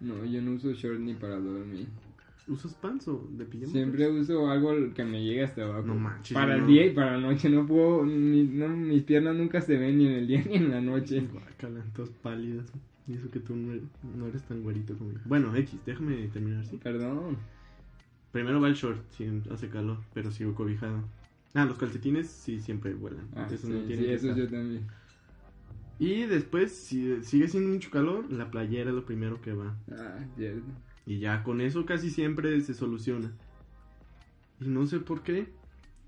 [SPEAKER 2] No, yo no uso short ni para dormir.
[SPEAKER 1] ¿Usas pants o de pijama?
[SPEAKER 2] Siempre uso algo que me llegue hasta abajo.
[SPEAKER 1] No manches,
[SPEAKER 2] Para
[SPEAKER 1] no.
[SPEAKER 2] el día y para la noche no puedo, ni- no, mis piernas nunca se ven ni en el día ni en la noche.
[SPEAKER 1] Guácala, todas pálidas. Y eso que tú no eres, no eres tan güerito como yo. Bueno, X, déjame terminar, ¿sí?
[SPEAKER 2] Perdón.
[SPEAKER 1] Primero va el short, si hace calor, pero sigo cobijado. Ah, los calcetines sí siempre vuelan.
[SPEAKER 2] Ah,
[SPEAKER 1] eso
[SPEAKER 2] sí,
[SPEAKER 1] no tiene
[SPEAKER 2] sí,
[SPEAKER 1] que
[SPEAKER 2] eso
[SPEAKER 1] estar.
[SPEAKER 2] yo también.
[SPEAKER 1] Y después, si sigue siendo mucho calor, la playera es lo primero que va.
[SPEAKER 2] Ah, cierto.
[SPEAKER 1] Y ya con eso casi siempre se soluciona. Y no sé por qué.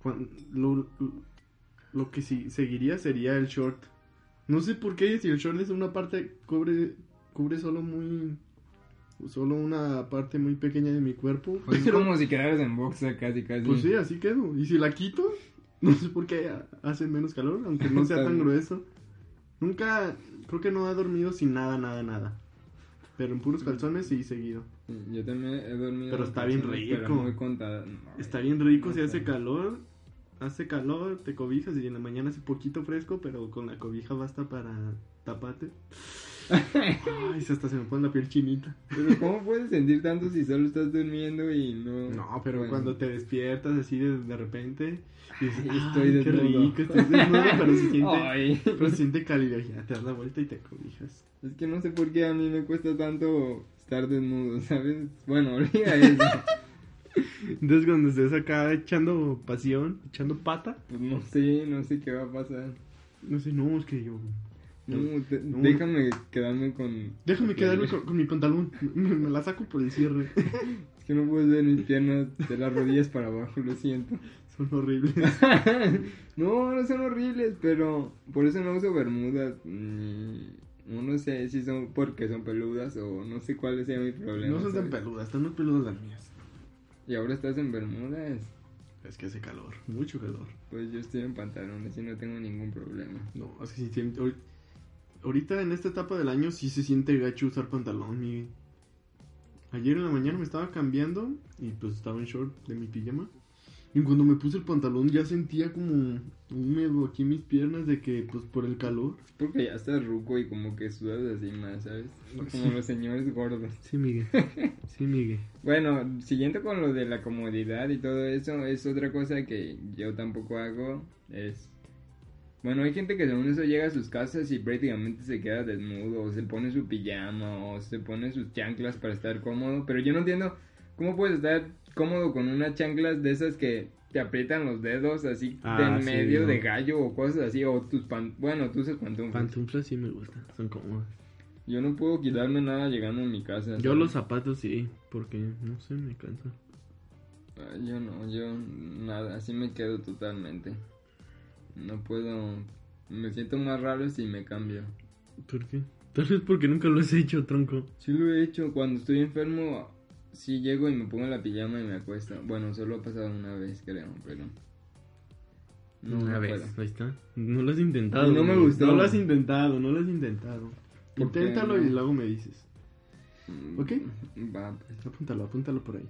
[SPEAKER 1] cuan- lo, lo que sí seguiría sería el short. No sé por qué si el short es una parte cubre cubre solo muy solo una parte muy pequeña de mi cuerpo.
[SPEAKER 2] Pues es
[SPEAKER 1] pero-
[SPEAKER 2] como si quedaras en boxa casi, casi.
[SPEAKER 1] pues sí, así quedo. Y si la quito, [LAUGHS] no sé por qué hace menos calor, aunque no sea
[SPEAKER 2] Está
[SPEAKER 1] tan
[SPEAKER 2] bien.
[SPEAKER 1] grueso. Nunca, creo que no he dormido sin nada, nada, nada. Pero en puros calzones sí seguido.
[SPEAKER 2] Sí, Yo también he dormido.
[SPEAKER 1] Pero está bien
[SPEAKER 2] personas, pero
[SPEAKER 1] rico.
[SPEAKER 2] muy contada. No,
[SPEAKER 1] Está bien rico
[SPEAKER 2] no
[SPEAKER 1] si hace
[SPEAKER 2] sé.
[SPEAKER 1] calor. Hace calor, te cobijas y en la mañana hace poquito fresco, pero con la cobija basta para
[SPEAKER 2] [LAUGHS]
[SPEAKER 1] taparte. Ay, se hasta se me pone la piel chinita.
[SPEAKER 2] Pero ¿cómo puedes sentir tanto si solo estás durmiendo y no? pues
[SPEAKER 1] No, pero
[SPEAKER 2] Bueno,
[SPEAKER 1] cuando te [LAUGHS] despiertas así de, de repente, y dices, estoy
[SPEAKER 2] Ay, estoy
[SPEAKER 1] de qué
[SPEAKER 2] desnudo".
[SPEAKER 1] rico, estás
[SPEAKER 2] [LAUGHS]
[SPEAKER 1] desnudo, pero se siente,
[SPEAKER 2] Ay,
[SPEAKER 1] pero se siente cálido. Ya te das la vuelta y te cobijas.
[SPEAKER 2] es que no sé por qué a mí me cuesta tanto estar desnudo, [LAUGHS] ¿sabes? Bueno, olvida eso.
[SPEAKER 1] Entonces cuando estés acá echando pasión, echando pata,
[SPEAKER 2] Pues no sé, no sé qué va a pasar.
[SPEAKER 1] no sé, no, es que yo...
[SPEAKER 2] No, te-
[SPEAKER 1] No.
[SPEAKER 2] déjame quedarme con...
[SPEAKER 1] Déjame quedarme con, con mi pantalón, me, me la saco por el cierre. [LAUGHS]
[SPEAKER 2] Es que no puedes ver mis piernas de las rodillas para abajo, lo siento.
[SPEAKER 1] Son horribles.
[SPEAKER 2] no, no son horribles, pero por eso no uso bermudas. ni- No, no sé si son porque son peludas o no sé cuál sea mi problema.
[SPEAKER 1] No son tan
[SPEAKER 2] ¿sabes?
[SPEAKER 1] peludas, están más peludas las mías.
[SPEAKER 2] Y ahora estás en bermudas.
[SPEAKER 1] Es que hace calor, mucho calor.
[SPEAKER 2] Pues yo estoy en pantalones y no tengo ningún problema.
[SPEAKER 1] No, es que sí, tiene- ahori- ahorita en esta etapa del año sí se siente gacho usar pantalón. mi- Ayer en la mañana me estaba cambiando y pues estaba en short de mi pijama. Y cuando me puse el pantalón ya sentía como húmedo aquí mis piernas de que pues por el calor.
[SPEAKER 2] Es porque ya estás ruco y como que sudas así más, ¿sabes?
[SPEAKER 1] Pues
[SPEAKER 2] Como los señores gordos.
[SPEAKER 1] Sí, [LAUGHS] Miguel. Sí, Miguel.
[SPEAKER 2] Bueno, siguiendo con lo de la comodidad y todo eso, es otra cosa que yo tampoco hago. Es. Bueno, hay gente que según eso llega a sus casas y prácticamente se queda desnudo, o se pone su pijama, o se pone sus chanclas para estar cómodo. Pero yo no entiendo cómo puedes estar cómodo con unas chanclas de esas que te aprietan los dedos así
[SPEAKER 1] Ah,
[SPEAKER 2] de
[SPEAKER 1] sí,
[SPEAKER 2] medio
[SPEAKER 1] no.
[SPEAKER 2] de gallo o cosas así, o tus pan. Bueno, tú usas pantuflas.
[SPEAKER 1] Pantuflas sí me gustan, son cómodas.
[SPEAKER 2] yo no puedo quitarme nada llegando a mi casa.
[SPEAKER 1] Yo
[SPEAKER 2] ¿sabes?
[SPEAKER 1] los zapatos sí, porque no sé, me cansa.
[SPEAKER 2] Ah, Yo no, yo nada, así me quedo totalmente. No puedo, me siento más raro si me cambio.
[SPEAKER 1] ¿Por qué? Tal vez porque nunca lo has hecho, tronco.
[SPEAKER 2] Sí lo he hecho, cuando estoy enfermo, sí llego y me pongo la pijama y me acuesto. Bueno, solo ha pasado una vez, creo, pero... no,
[SPEAKER 1] Una
[SPEAKER 2] no
[SPEAKER 1] vez,
[SPEAKER 2] puedo.
[SPEAKER 1] ahí está. No lo has intentado.
[SPEAKER 2] No me
[SPEAKER 1] güey.
[SPEAKER 2] gustó.
[SPEAKER 1] No lo has intentado, no lo has intentado.
[SPEAKER 2] ¿Por qué
[SPEAKER 1] Inténtalo
[SPEAKER 2] no?
[SPEAKER 1] y luego me dices.
[SPEAKER 2] Mm,
[SPEAKER 1] ¿Ok?
[SPEAKER 2] Va, pues,
[SPEAKER 1] Apúntalo, apúntalo por ahí.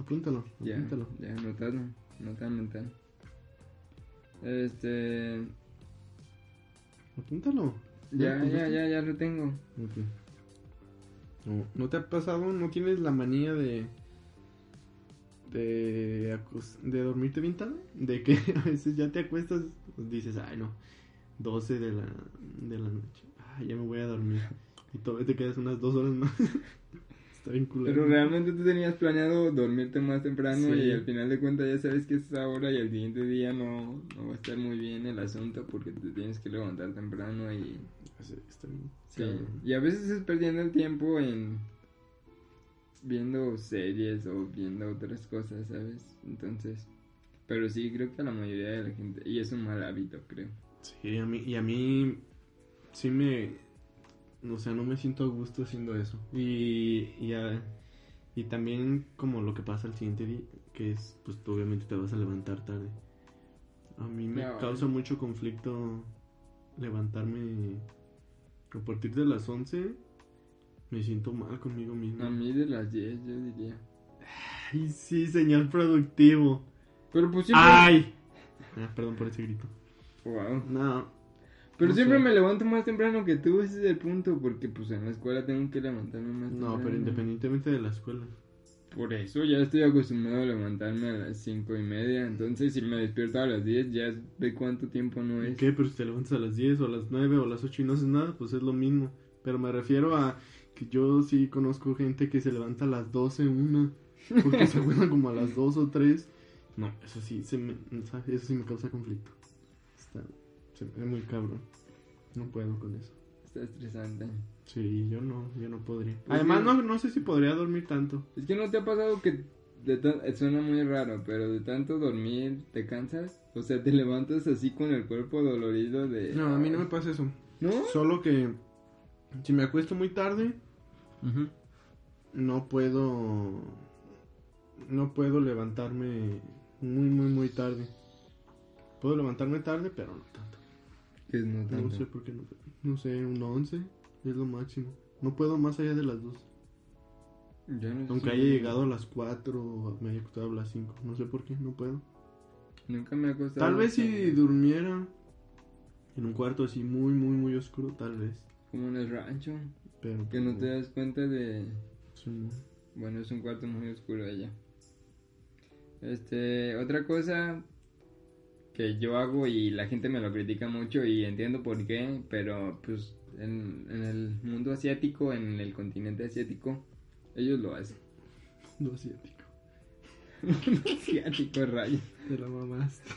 [SPEAKER 1] Apúntalo,
[SPEAKER 2] ya,
[SPEAKER 1] apúntalo.
[SPEAKER 2] ya, anotado, anotado, anotado. Este...
[SPEAKER 1] Apúntalo.
[SPEAKER 2] Ya, ya,
[SPEAKER 1] ¿Apuntaste?
[SPEAKER 2] ya, ya lo tengo.
[SPEAKER 1] Ok. No, ¿no te ha pasado, no tienes la manía de. De, acos- de dormirte bien tarde, de que [LAUGHS] a veces ya te acuestas, pues, dices, ay no, 12 de la, de la noche, ay ya me voy a dormir, y todavía te quedas unas dos horas más. [LAUGHS] Está bien culero.
[SPEAKER 2] Pero realmente tú tenías planeado dormirte más temprano
[SPEAKER 1] Sí.
[SPEAKER 2] y al final de cuentas ya sabes que es esa hora y al siguiente día no, no va a estar muy bien el asunto porque te tienes que levantar temprano y...
[SPEAKER 1] Sí, está bien.
[SPEAKER 2] sí.
[SPEAKER 1] Cabrón.
[SPEAKER 2] Y a veces es perdiendo el tiempo en viendo series o viendo otras cosas, ¿sabes? Entonces... Pero sí, creo que a la mayoría de la gente... Y es un mal hábito, creo.
[SPEAKER 1] Sí, a mí, y a mí sí me... O sea, no me siento a gusto haciendo eso. Y, y, a- Y también como lo que pasa al siguiente día, que es, pues tú obviamente te vas a levantar tarde. A mí me
[SPEAKER 2] No,
[SPEAKER 1] causa mucho conflicto levantarme a partir de las 11. Me siento mal conmigo mismo.
[SPEAKER 2] A mí de las 10, yo diría.
[SPEAKER 1] Ay, sí, señor productivo.
[SPEAKER 2] Pero pues siempre.
[SPEAKER 1] ¡Ay! Ah, perdón por ese grito.
[SPEAKER 2] Wow.
[SPEAKER 1] No,
[SPEAKER 2] Pero
[SPEAKER 1] No
[SPEAKER 2] siempre
[SPEAKER 1] sé.
[SPEAKER 2] me levanto más temprano que tú, ese es el punto, porque pues en la escuela tengo que levantarme más
[SPEAKER 1] no,
[SPEAKER 2] temprano.
[SPEAKER 1] pero independientemente de la escuela.
[SPEAKER 2] Por eso ya estoy acostumbrado a levantarme a las cinco y media, entonces si me despierto a las 10 ya es- ve cuánto tiempo no es.
[SPEAKER 1] ¿Qué? Pero si te levantas a las 10 o a las 9 o a las 8 y no haces nada, pues es lo mismo. Pero me refiero a que yo sí conozco gente que se levanta a las 12, una, porque [LAUGHS] se acuerdan como a las 2 o 3. No, eso sí, se me, ¿sabes? eso sí me causa conflicto. Está, se me ve muy cabrón. No puedo con eso.
[SPEAKER 2] Está estresante.
[SPEAKER 1] Sí, yo no, yo no podría.
[SPEAKER 2] Pues
[SPEAKER 1] Además,
[SPEAKER 2] sí.
[SPEAKER 1] no, no sé si podría dormir tanto.
[SPEAKER 2] Es que no te ha pasado que de tan- eh, suena muy raro, pero de tanto dormir te cansas, o sea, te levantas así con el cuerpo dolorido de...
[SPEAKER 1] No, a mí no me pasa eso.
[SPEAKER 2] ¿No?
[SPEAKER 1] Solo que si me acuesto muy tarde, no puedo no puedo levantarme muy muy muy tarde puedo levantarme tarde pero no tanto
[SPEAKER 2] Que es no tanto.
[SPEAKER 1] no sé por qué no no sé un 11 es lo máximo no puedo más allá de las 2
[SPEAKER 2] Yo no sé.
[SPEAKER 1] aunque haya llegado a las 4 o me haya acostado a las 5 no sé por qué no puedo
[SPEAKER 2] Nunca me ha costado...
[SPEAKER 1] tal vez si
[SPEAKER 2] tanto.
[SPEAKER 1] durmiera en un cuarto así muy muy muy oscuro tal vez
[SPEAKER 2] Como en el rancho,
[SPEAKER 1] pero
[SPEAKER 2] que no te das cuenta de...
[SPEAKER 1] Sí, no.
[SPEAKER 2] Bueno, es un cuarto muy oscuro allá. Este, otra cosa que yo hago y la gente me lo critica mucho y entiendo por qué, pero pues en, en el mundo asiático, en el continente asiático, ellos lo hacen. [LAUGHS]
[SPEAKER 1] Lo asiático
[SPEAKER 2] asiático, rayo.
[SPEAKER 1] te la mamaste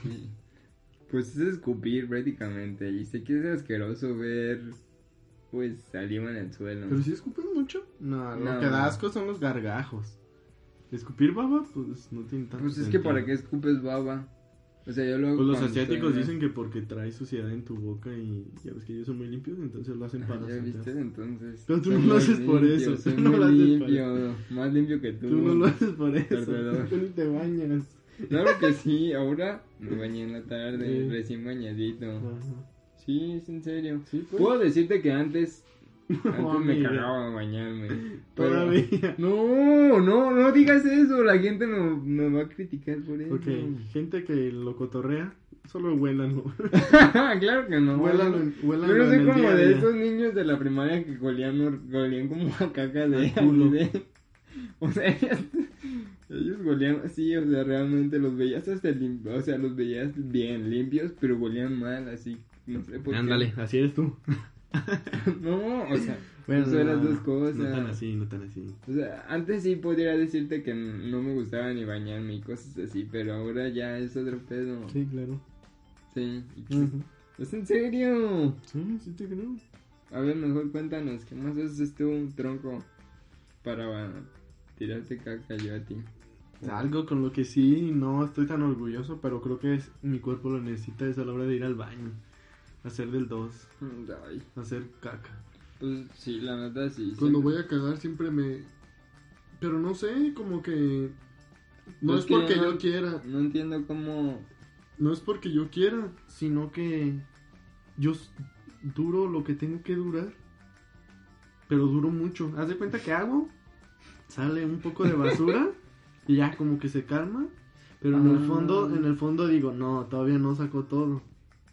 [SPEAKER 2] Pues es escupir prácticamente y sé que es asqueroso ver pues saliva en el suelo.
[SPEAKER 1] Pero si escupen mucho. No,
[SPEAKER 2] Mm. No.
[SPEAKER 1] lo que da asco son los gargajos. Escupir baba, pues no tiene tanto.
[SPEAKER 2] Pues es que
[SPEAKER 1] sentido.
[SPEAKER 2] para qué escupes baba. O sea, yo lo hago
[SPEAKER 1] Pues los
[SPEAKER 2] cuando estoy
[SPEAKER 1] asiáticos
[SPEAKER 2] en la-
[SPEAKER 1] dicen que porque trae suciedad en tu boca y ya ves que ellos son muy limpios, entonces lo hacen
[SPEAKER 2] Ah,
[SPEAKER 1] para
[SPEAKER 2] ¿Ya viste?
[SPEAKER 1] suciedad.
[SPEAKER 2] Entonces.
[SPEAKER 1] Pero tú no
[SPEAKER 2] soy
[SPEAKER 1] lo
[SPEAKER 2] muy
[SPEAKER 1] haces por
[SPEAKER 2] limpio,
[SPEAKER 1] eso,
[SPEAKER 2] soy
[SPEAKER 1] tú no
[SPEAKER 2] muy
[SPEAKER 1] lo haces por
[SPEAKER 2] limpio, más limpio que tú.
[SPEAKER 1] Tú no lo haces por eso.
[SPEAKER 2] Perdedor.
[SPEAKER 1] [LAUGHS] Tú ni te bañas.
[SPEAKER 2] Claro que sí, ahora me bañé en la tarde,
[SPEAKER 1] Sí.
[SPEAKER 2] recién bañadito.
[SPEAKER 1] Ajá.
[SPEAKER 2] Sí, es en serio.
[SPEAKER 1] Sí, pues.
[SPEAKER 2] Puedo decirte que antes,
[SPEAKER 1] [LAUGHS]
[SPEAKER 2] antes me
[SPEAKER 1] amigo.
[SPEAKER 2] cagaba bañarme. pero- [LAUGHS]
[SPEAKER 1] Todavía.
[SPEAKER 2] No, no, no digas eso, la gente no- me va a criticar por eso.
[SPEAKER 1] Ok, gente que lo cotorrea, solo huélanlo.
[SPEAKER 2] [LAUGHS] claro que no.
[SPEAKER 1] [LAUGHS] huélanlo, en- huélanlo
[SPEAKER 2] Yo no
[SPEAKER 1] en
[SPEAKER 2] soy
[SPEAKER 1] el
[SPEAKER 2] como
[SPEAKER 1] día a
[SPEAKER 2] de
[SPEAKER 1] día.
[SPEAKER 2] esos niños de la primaria que golían, or- golían como a caca de,
[SPEAKER 1] Al culo.
[SPEAKER 2] de- [LAUGHS] O sea, ellos, ellos golían así, o sea, realmente los veías hasta lim- o sea, los veías bien limpios, pero golían mal, así, no sé por qué.
[SPEAKER 1] Ándale, así eres tú.
[SPEAKER 2] [LAUGHS] No, o sea, Eso eran dos cosas.
[SPEAKER 1] No tan así, no tan así.
[SPEAKER 2] o sea, antes sí podría decirte que no me gustaba ni bañarme y cosas así, pero ahora ya es otro pedo. Sí.
[SPEAKER 1] Sí, Mm. claro. Ujú.
[SPEAKER 2] Es en serio.
[SPEAKER 1] Sí, sí te creo.
[SPEAKER 2] A ver, mejor cuéntanos, ¿qué más haces tú, tronco? Para va, tirarte caca yo a ti.
[SPEAKER 1] Algo con lo que sí no estoy tan orgulloso, pero creo que es, mi cuerpo lo necesita es a la hora de ir al baño, hacer del 2,
[SPEAKER 2] Ay,
[SPEAKER 1] hacer caca.
[SPEAKER 2] pues sí, la neta sí.
[SPEAKER 1] Pues
[SPEAKER 3] Cuando
[SPEAKER 2] siempre-
[SPEAKER 3] voy a cagar siempre me... Pero no sé, como que... No
[SPEAKER 2] Pues
[SPEAKER 3] es
[SPEAKER 2] que
[SPEAKER 3] porque
[SPEAKER 2] no-
[SPEAKER 3] yo quiera,
[SPEAKER 2] No entiendo cómo...
[SPEAKER 3] no es porque yo quiera,
[SPEAKER 1] Sino que yo s- duro lo que tengo que durar, pero duro mucho. Haz de cuenta que hago, sale un poco de
[SPEAKER 2] [LAUGHS]
[SPEAKER 1] basura y ya como que se calma, pero en
[SPEAKER 2] Ah.
[SPEAKER 1] el fondo, en el fondo digo, no, todavía no saco todo.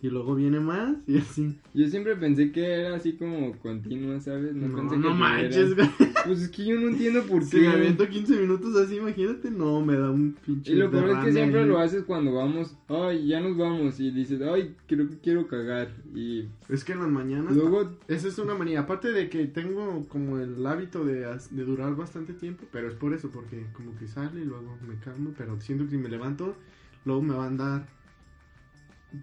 [SPEAKER 1] Y luego viene más y así.
[SPEAKER 2] Yo siempre pensé que era así como continua, ¿sabes? No,
[SPEAKER 1] No,
[SPEAKER 2] pensé
[SPEAKER 1] no
[SPEAKER 2] que
[SPEAKER 1] manches,
[SPEAKER 2] tuviera-
[SPEAKER 1] güey.
[SPEAKER 2] Pues es que yo no entiendo [LAUGHS] por
[SPEAKER 1] Si me
[SPEAKER 2] qué.
[SPEAKER 1] aviento 15 minutos así, imagínate, no, me da un pinche.
[SPEAKER 2] Y lo peor es que
[SPEAKER 1] derrame
[SPEAKER 2] siempre
[SPEAKER 1] ahí.
[SPEAKER 2] lo haces cuando vamos, ay, ya nos vamos, y dices, ay, creo que quiero cagar, y
[SPEAKER 1] Es que en las mañanas.
[SPEAKER 2] luego,
[SPEAKER 1] Esa es una manía. Aparte de que tengo como el hábito de, as- de durar bastante tiempo, pero es por eso, porque como que sale y luego me calmo, pero siento que si me levanto, luego me va a andar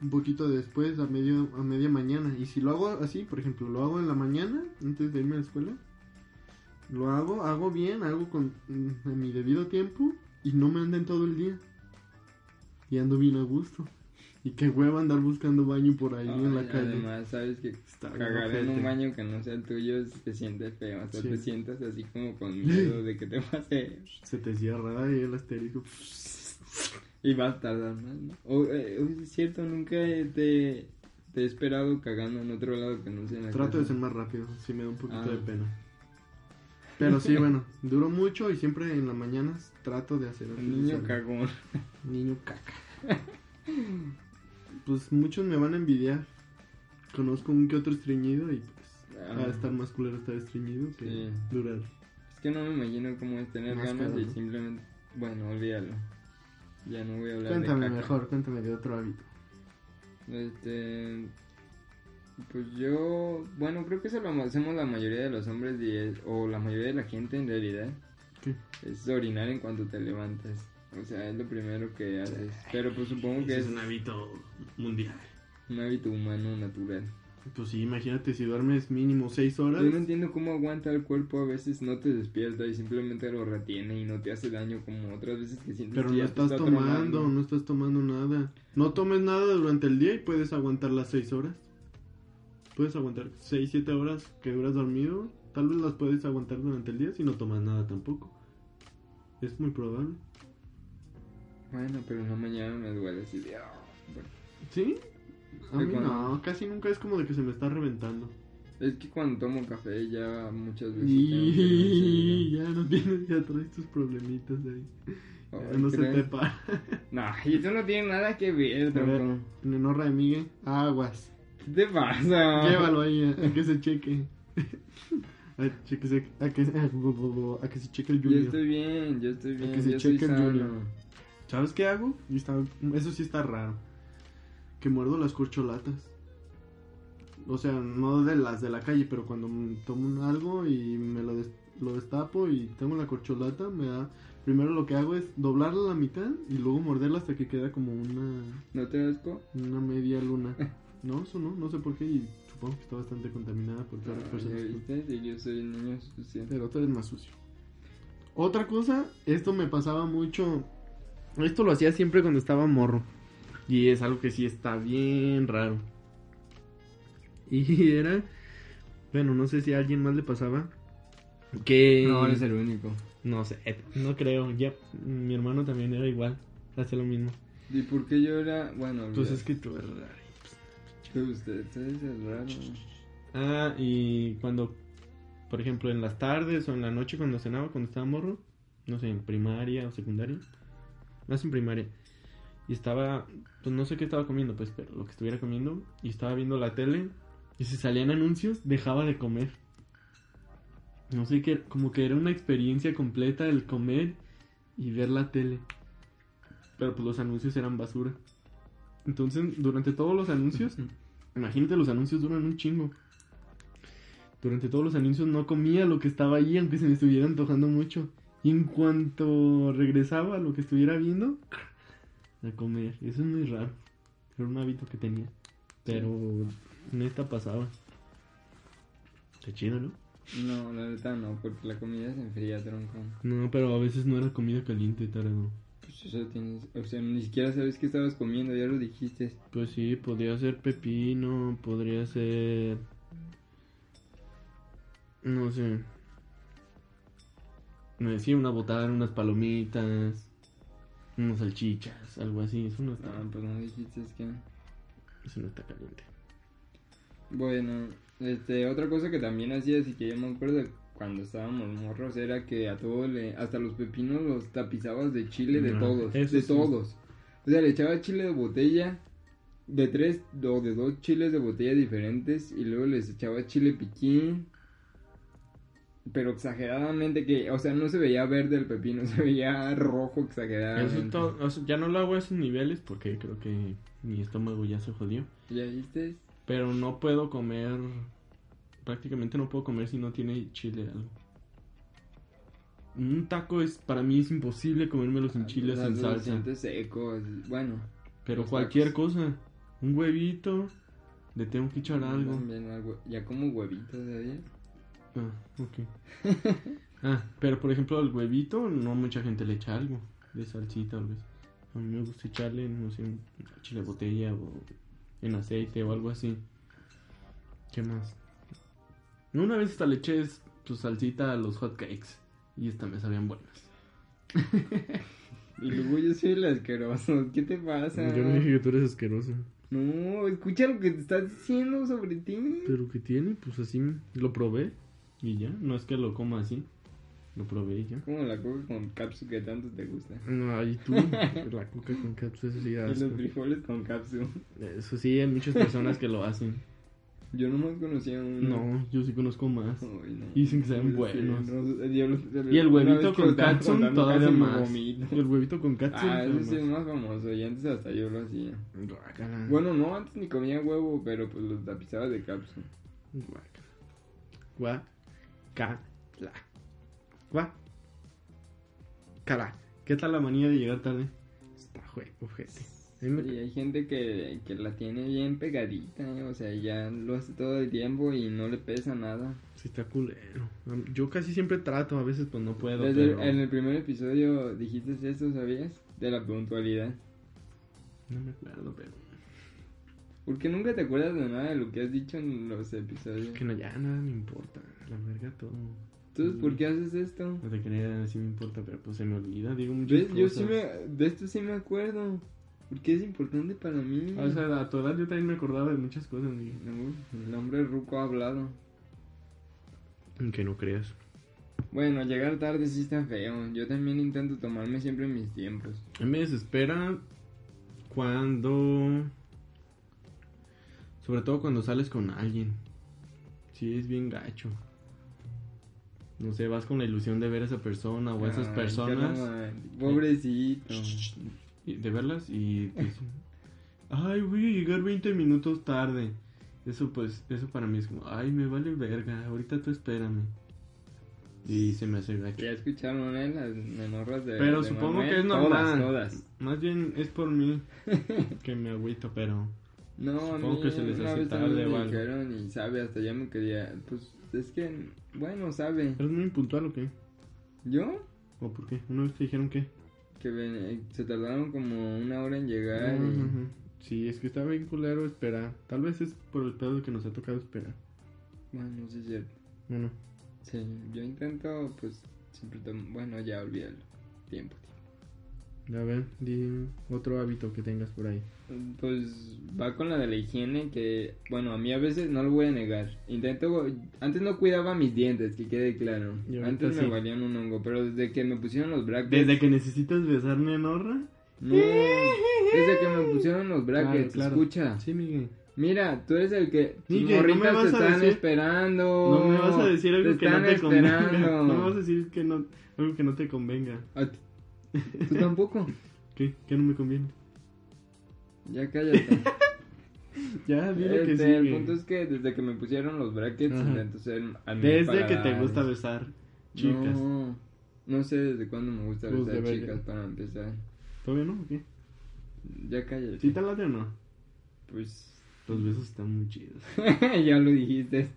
[SPEAKER 1] un poquito después, a, medio, a media mañana. Y si lo hago así, por ejemplo, lo hago en la mañana, antes de irme a la escuela, lo hago, hago bien, hago con mm, en mi debido tiempo y no me anden todo el día. Y ando bien a gusto. Y qué hueva andar buscando baño por ahí en la
[SPEAKER 2] Ay,
[SPEAKER 1] calle.
[SPEAKER 2] Además, sabes que
[SPEAKER 1] Está bien
[SPEAKER 2] cagar en
[SPEAKER 1] ojete.
[SPEAKER 2] un baño que no sea el tuyo se siente feo. O sea,
[SPEAKER 1] Sí.
[SPEAKER 2] te sientas así como
[SPEAKER 1] [LAUGHS]
[SPEAKER 2] con miedo de que te pase.
[SPEAKER 1] Se te cierra ahí el asterisco.
[SPEAKER 2] Y vas a tardar más, ¿no? O, eh, o es cierto, nunca eh, te, te he esperado cagando en otro lado que no sea en la
[SPEAKER 1] Trato de
[SPEAKER 2] casa.
[SPEAKER 1] ser más rápido, sí me da un poquito
[SPEAKER 2] Ah.
[SPEAKER 1] de pena. Pero sí, bueno, duró mucho y siempre en las mañanas trato de hacer
[SPEAKER 2] Un niño
[SPEAKER 1] ejercicio.
[SPEAKER 2] cagón.
[SPEAKER 1] Niño caca. Pues muchos me van a envidiar. Conozco un que otro estreñido y pues
[SPEAKER 2] Ah.
[SPEAKER 1] va a estar más culero estar estreñido que
[SPEAKER 2] Sí.
[SPEAKER 1] durar.
[SPEAKER 2] Es que no me imagino cómo es tener
[SPEAKER 1] Más
[SPEAKER 2] ganas
[SPEAKER 1] pedo,
[SPEAKER 2] y
[SPEAKER 1] ¿no?
[SPEAKER 2] simplemente... Bueno, olvídalo. Ya no voy a hablar de
[SPEAKER 1] Cuéntame
[SPEAKER 2] caca.
[SPEAKER 1] mejor, cuéntame de otro hábito.
[SPEAKER 2] Este... Pues yo... Bueno, creo que eso lo hacemos la mayoría de los hombres y es- o la mayoría de la gente en realidad.
[SPEAKER 1] ¿Qué?
[SPEAKER 2] Es orinar en cuanto te levantas. O sea, es lo primero que haces. Pero pues supongo que
[SPEAKER 1] Ese
[SPEAKER 2] es
[SPEAKER 1] un hábito mundial.
[SPEAKER 2] un hábito humano natural.
[SPEAKER 1] Pues sí, imagínate si duermes mínimo 6 horas.
[SPEAKER 2] Yo no entiendo cómo aguanta el cuerpo, a veces no te despierta y simplemente lo retiene y no te hace daño como otras veces que sientes
[SPEAKER 1] Pero
[SPEAKER 2] que
[SPEAKER 1] no
[SPEAKER 2] ya te
[SPEAKER 1] estás
[SPEAKER 2] está
[SPEAKER 1] tomando,
[SPEAKER 2] tronando.
[SPEAKER 1] no estás tomando nada. No tomes nada durante el día y puedes aguantar las 6 horas. Puedes aguantar 6, 7 horas que duras dormido. Tal vez las puedes aguantar durante el día si no tomas nada tampoco. Es muy probable.
[SPEAKER 2] Bueno, pero en la mañana me duele así de... "Ah", bueno.
[SPEAKER 1] ¿Sí? A
[SPEAKER 2] Sí,
[SPEAKER 1] mí
[SPEAKER 2] cuando-
[SPEAKER 1] no, casi nunca es como de que se me está reventando.
[SPEAKER 2] Es que cuando tomo café ya muchas
[SPEAKER 1] [LAUGHS]
[SPEAKER 2] veces... tengo que
[SPEAKER 1] Y [LAUGHS]
[SPEAKER 2] ir
[SPEAKER 1] ya no tienes, ya traes tus problemitas ahí.
[SPEAKER 2] al
[SPEAKER 1] Ya
[SPEAKER 2] gym.
[SPEAKER 1] no
[SPEAKER 2] Ay,
[SPEAKER 1] se
[SPEAKER 2] ¿crees?
[SPEAKER 1] te para.
[SPEAKER 2] No, y eso no tiene nada que ver,
[SPEAKER 1] A ver,
[SPEAKER 2] tronco.
[SPEAKER 1] Nenorra de Miguel, aguas.
[SPEAKER 2] ¿Qué te pasa?
[SPEAKER 1] Llévalo ahí a, a que se cheque. [LAUGHS] A, chequese- a que, a, bu- bu- bu- a que se cheque el
[SPEAKER 2] Yo
[SPEAKER 1] Junior.
[SPEAKER 2] estoy bien, yo estoy bien,
[SPEAKER 1] que se
[SPEAKER 2] yo estoy
[SPEAKER 1] cheque el
[SPEAKER 2] sano.
[SPEAKER 1] Junior. ¿Sabes qué hago? Y está- eso sí está raro. Que muerdo las corcholatas. O sea, no de las de la calle, pero cuando m- tomo un algo y me lo, des- lo destapo y tengo la corcholata, me da... Primero lo que hago es doblarla a la mitad y luego morderla hasta que queda como una,
[SPEAKER 2] ¿No te das asco?
[SPEAKER 1] una media luna. No, eso no, no sé por qué y supongo que está bastante contaminada por todas las
[SPEAKER 2] Ah,
[SPEAKER 1] personas.
[SPEAKER 2] ¿ya
[SPEAKER 1] que-
[SPEAKER 2] viste? Sí, yo soy el niño sucio.
[SPEAKER 1] Pero tú eres más sucio. Otra cosa, esto me pasaba mucho. Esto lo hacía siempre cuando estaba morro. Y es algo que sí está bien raro. Y [LAUGHS] era. Bueno, no sé si a alguien más le pasaba. Que.
[SPEAKER 2] Eh, No, eres el único.
[SPEAKER 1] No sé, no creo. Ya, mi hermano también era igual. Hacía lo mismo.
[SPEAKER 2] ¿Y por qué yo era...? Bueno,
[SPEAKER 1] Pues
[SPEAKER 2] olvídalo.
[SPEAKER 1] es que tú eres raro.
[SPEAKER 2] Que usted, ustedes es raro.
[SPEAKER 1] Ah, y cuando, por ejemplo, en las tardes o en la noche cuando cenaba, cuando estaba morro, no sé, en primaria o secundaria, más en primaria, y estaba, pues no sé qué estaba comiendo, pues, pero lo que estuviera comiendo, y estaba viendo la tele, y si salían anuncios, dejaba de comer. No sé qué, como que era una experiencia completa el comer y ver la tele. Pero pues los anuncios eran basura. Entonces, durante todos los anuncios, imagínate, los anuncios duran un chingo. Durante todos los anuncios no comía lo que estaba ahí, aunque se me estuviera antojando mucho. Y en cuanto regresaba a lo que estuviera viendo, a comer. Eso es muy raro. Era un hábito que tenía. Pero en esta pasaba. Está chido, ¿no?
[SPEAKER 2] No, la neta no, porque la comida se enfría, tronco.
[SPEAKER 1] No, pero a veces no era comida caliente, tarado.
[SPEAKER 2] Pues eso tienes, o sea, ni siquiera sabes qué estabas comiendo, ya lo dijiste.
[SPEAKER 1] Pues sí, podría ser pepino, podría ser... No sé. Me decía una botana, unas palomitas, unas salchichas, algo así. Eso no está,
[SPEAKER 2] Ah, pues no dijiste, es que...
[SPEAKER 1] eso no está caliente.
[SPEAKER 2] Bueno, este, otra cosa que también hacías y que yo me acuerdo cuando estábamos morros era que a todos le, hasta los pepinos los tapizabas de chile de
[SPEAKER 1] No,
[SPEAKER 2] todos,
[SPEAKER 1] Ah, eso
[SPEAKER 2] de
[SPEAKER 1] sí.
[SPEAKER 2] todos. O sea, le echabas chile de botella, de tres o de dos chiles de botella diferentes y luego les echabas chile piquín. Pero exageradamente que, o sea, no se veía verde el pepino, [LAUGHS] se veía rojo exageradamente.
[SPEAKER 1] Eso to- o sea, ya no lo hago a esos niveles porque creo que mi estómago ya se jodió.
[SPEAKER 2] ¿Ya viste?
[SPEAKER 1] Pero no puedo comer... Prácticamente no puedo comer si no tiene chile algo. Un taco es para mí es imposible comérmelo sin chile,
[SPEAKER 2] O sea,
[SPEAKER 1] sin
[SPEAKER 2] se
[SPEAKER 1] salsa.
[SPEAKER 2] siente seco, así, bueno.
[SPEAKER 1] Pero
[SPEAKER 2] Los
[SPEAKER 1] cualquier
[SPEAKER 2] tacos.
[SPEAKER 1] cosa. Un huevito. Le tengo que echar algo.
[SPEAKER 2] También algo- Ya como huevitos de ayer.
[SPEAKER 1] Ah, ok. [LAUGHS] Ah, pero por ejemplo, al huevito no mucha gente le echa algo. De salsita tal vez. A mí me gusta echarle, no sé, chile botella o en aceite o algo así. ¿Qué más? Una vez hasta le eché su salsita a los hot cakes y esta me sabían buenas. [LAUGHS]
[SPEAKER 2] Y luego yo soy el asqueroso. ¿Qué te pasa?
[SPEAKER 1] Yo no dije que tú eres asqueroso.
[SPEAKER 2] No, escucha lo que te estás diciendo sobre ti.
[SPEAKER 1] Pero que tiene, pues así lo probé y ya. No es que lo coma así. Lo probé y ya.
[SPEAKER 2] Como la coca con cápsula que tanto te gusta.
[SPEAKER 1] No, ahí [LAUGHS] tú, la coca con cápsula, eso sí da
[SPEAKER 2] Y los
[SPEAKER 1] asco.
[SPEAKER 2] frijoles con cápsula.
[SPEAKER 1] Eso sí, hay muchas personas que lo
[SPEAKER 2] [LAUGHS]
[SPEAKER 1] hacen.
[SPEAKER 2] Yo nomás conocía uno.
[SPEAKER 1] No, yo sí conozco más.
[SPEAKER 2] Ay, no.
[SPEAKER 1] Y dicen que saben buenos.
[SPEAKER 2] No, yo los-
[SPEAKER 1] Y el
[SPEAKER 2] una
[SPEAKER 1] huevito
[SPEAKER 2] vez
[SPEAKER 1] con
[SPEAKER 2] estaba
[SPEAKER 1] Katsun
[SPEAKER 2] contando
[SPEAKER 1] todavía
[SPEAKER 2] casi me
[SPEAKER 1] más. Y
[SPEAKER 2] vomito.
[SPEAKER 1] [LAUGHS] el huevito con Katsun.
[SPEAKER 2] Ah,
[SPEAKER 1] todavía
[SPEAKER 2] ese sí es más famoso. Y antes hasta yo lo hacía.
[SPEAKER 1] más. Guácala.
[SPEAKER 2] Bueno, no, antes ni comía huevo, pero pues los tapizaba de cápsula.
[SPEAKER 1] Guácala. Guácala. Guácala. ¿Qué tal la manía de llegar tarde? Está jue, ojete. A mí me-
[SPEAKER 2] Y hay gente que, que la tiene bien pegadita, ¿eh? o sea, ya lo hace todo el tiempo y no le pesa nada.
[SPEAKER 1] Sí, está culero. Am- Yo casi siempre trato, a veces pues no puedo.
[SPEAKER 2] Desde el-
[SPEAKER 1] pero-
[SPEAKER 2] en el primer episodio dijiste eso, ¿sabías? De la puntualidad.
[SPEAKER 1] No me acuerdo, pero.
[SPEAKER 2] Porque nunca te acuerdas de nada de lo que has dicho en los episodios.
[SPEAKER 1] Que no, ya nada me importa. La verga todo.
[SPEAKER 2] Entonces, ¿por qué haces esto?
[SPEAKER 1] No te creas, sí me importa, pero pues se me olvida, digo muchas
[SPEAKER 2] ¿Ves? Yo sí
[SPEAKER 1] cosas.
[SPEAKER 2] me, de esto sí me acuerdo. Porque es importante para mí.
[SPEAKER 1] O sea, a tu edad yo también me acordaba de muchas cosas, Miguel.
[SPEAKER 2] No, el hombre ruco ha hablado.
[SPEAKER 1] Que no creas.
[SPEAKER 2] Bueno, llegar tarde sí está feo. Yo también intento tomarme siempre mis tiempos.
[SPEAKER 1] A mí me desespera cuando... Sobre todo cuando sales con alguien. Sí, es bien gacho. No sé, vas con la ilusión de ver a esa persona o a esas
[SPEAKER 2] Ay,
[SPEAKER 1] personas.
[SPEAKER 2] carnal, Pobrecito.
[SPEAKER 1] y- de verlas y te dicen, ay, voy a llegar 20 minutos tarde. Eso pues, eso para mí es como, ay, me vale verga, ahorita tú espérame. Y se me hace gacho.
[SPEAKER 2] Ya escucharon, ¿eh? Las menorras de.
[SPEAKER 1] Pero
[SPEAKER 2] de
[SPEAKER 1] supongo
[SPEAKER 2] Manuel.
[SPEAKER 1] que es normal.
[SPEAKER 2] Todas, todas.
[SPEAKER 1] Más bien es por mí que me agüito, pero
[SPEAKER 2] No, a
[SPEAKER 1] Supongo
[SPEAKER 2] mí
[SPEAKER 1] que se les
[SPEAKER 2] una
[SPEAKER 1] hace
[SPEAKER 2] vez también
[SPEAKER 1] tarde
[SPEAKER 2] me
[SPEAKER 1] o algo.
[SPEAKER 2] dijeron y sabe, hasta ya me quería. Pues es que, bueno, sabe.
[SPEAKER 1] ¿eres muy impuntual o qué?
[SPEAKER 2] ¿Yo?
[SPEAKER 1] ¿O por qué? ¿Una vez te dijeron qué?
[SPEAKER 2] Que ven- eh, se tardaron como una hora en llegar. y-
[SPEAKER 1] Ujú, ujú. Sí, es que está bien culero esperar. Tal vez es por el pedo que nos ha tocado esperar.
[SPEAKER 2] Bueno, no sé si es-
[SPEAKER 1] Bueno,
[SPEAKER 2] Sí, yo intento, pues, siempre tom- Bueno, ya olvídalo. Tiempo,
[SPEAKER 1] a ver, di otro hábito que tengas por ahí.
[SPEAKER 2] tiempo. Pues va con la de la higiene que, bueno, a mí a veces no lo voy a negar. Intento, antes no cuidaba mis dientes, que quede claro.
[SPEAKER 1] Y ahorita
[SPEAKER 2] Antes me
[SPEAKER 1] sí.
[SPEAKER 2] valían un hongo, pero desde que me pusieron los brackets.
[SPEAKER 1] Desde que necesitas besarme en horra.
[SPEAKER 2] No, desde que me pusieron los
[SPEAKER 1] Claro,
[SPEAKER 2] brackets,
[SPEAKER 1] claro.
[SPEAKER 2] escucha.
[SPEAKER 1] Sí, Miguel.
[SPEAKER 2] Mira, tú eres el que tus
[SPEAKER 1] Miguel, no me
[SPEAKER 2] morritas
[SPEAKER 1] vas
[SPEAKER 2] te
[SPEAKER 1] a
[SPEAKER 2] están
[SPEAKER 1] decir-
[SPEAKER 2] esperando.
[SPEAKER 1] No me vas a decir algo que no
[SPEAKER 2] Oh, están
[SPEAKER 1] te convenga. [LAUGHS]
[SPEAKER 2] esperando.
[SPEAKER 1] No me vas a decir que no, algo que no te convenga.
[SPEAKER 2] A ti- Tú tampoco.
[SPEAKER 1] ¿Qué? ¿Qué no me conviene?
[SPEAKER 2] Ya
[SPEAKER 1] [LAUGHS]
[SPEAKER 2] cállate.
[SPEAKER 1] Ya, dile que
[SPEAKER 2] Este,
[SPEAKER 1] sí.
[SPEAKER 2] el
[SPEAKER 1] güey.
[SPEAKER 2] punto es que desde que me pusieron los brackets
[SPEAKER 1] Ajá.
[SPEAKER 2] intento ser a mi
[SPEAKER 1] Desde
[SPEAKER 2] paladar.
[SPEAKER 1] que te gusta besar chicas.
[SPEAKER 2] No, no sé desde cuándo me gusta
[SPEAKER 1] Pues,
[SPEAKER 2] besar
[SPEAKER 1] de ver-
[SPEAKER 2] chicas para empezar.
[SPEAKER 1] ¿Todavía no? ¿O qué?
[SPEAKER 2] Ya cállate.
[SPEAKER 1] ¿Sí te late o no?
[SPEAKER 2] Pues [LAUGHS]
[SPEAKER 1] Los besos están muy chidos.
[SPEAKER 2] ya lo dijiste.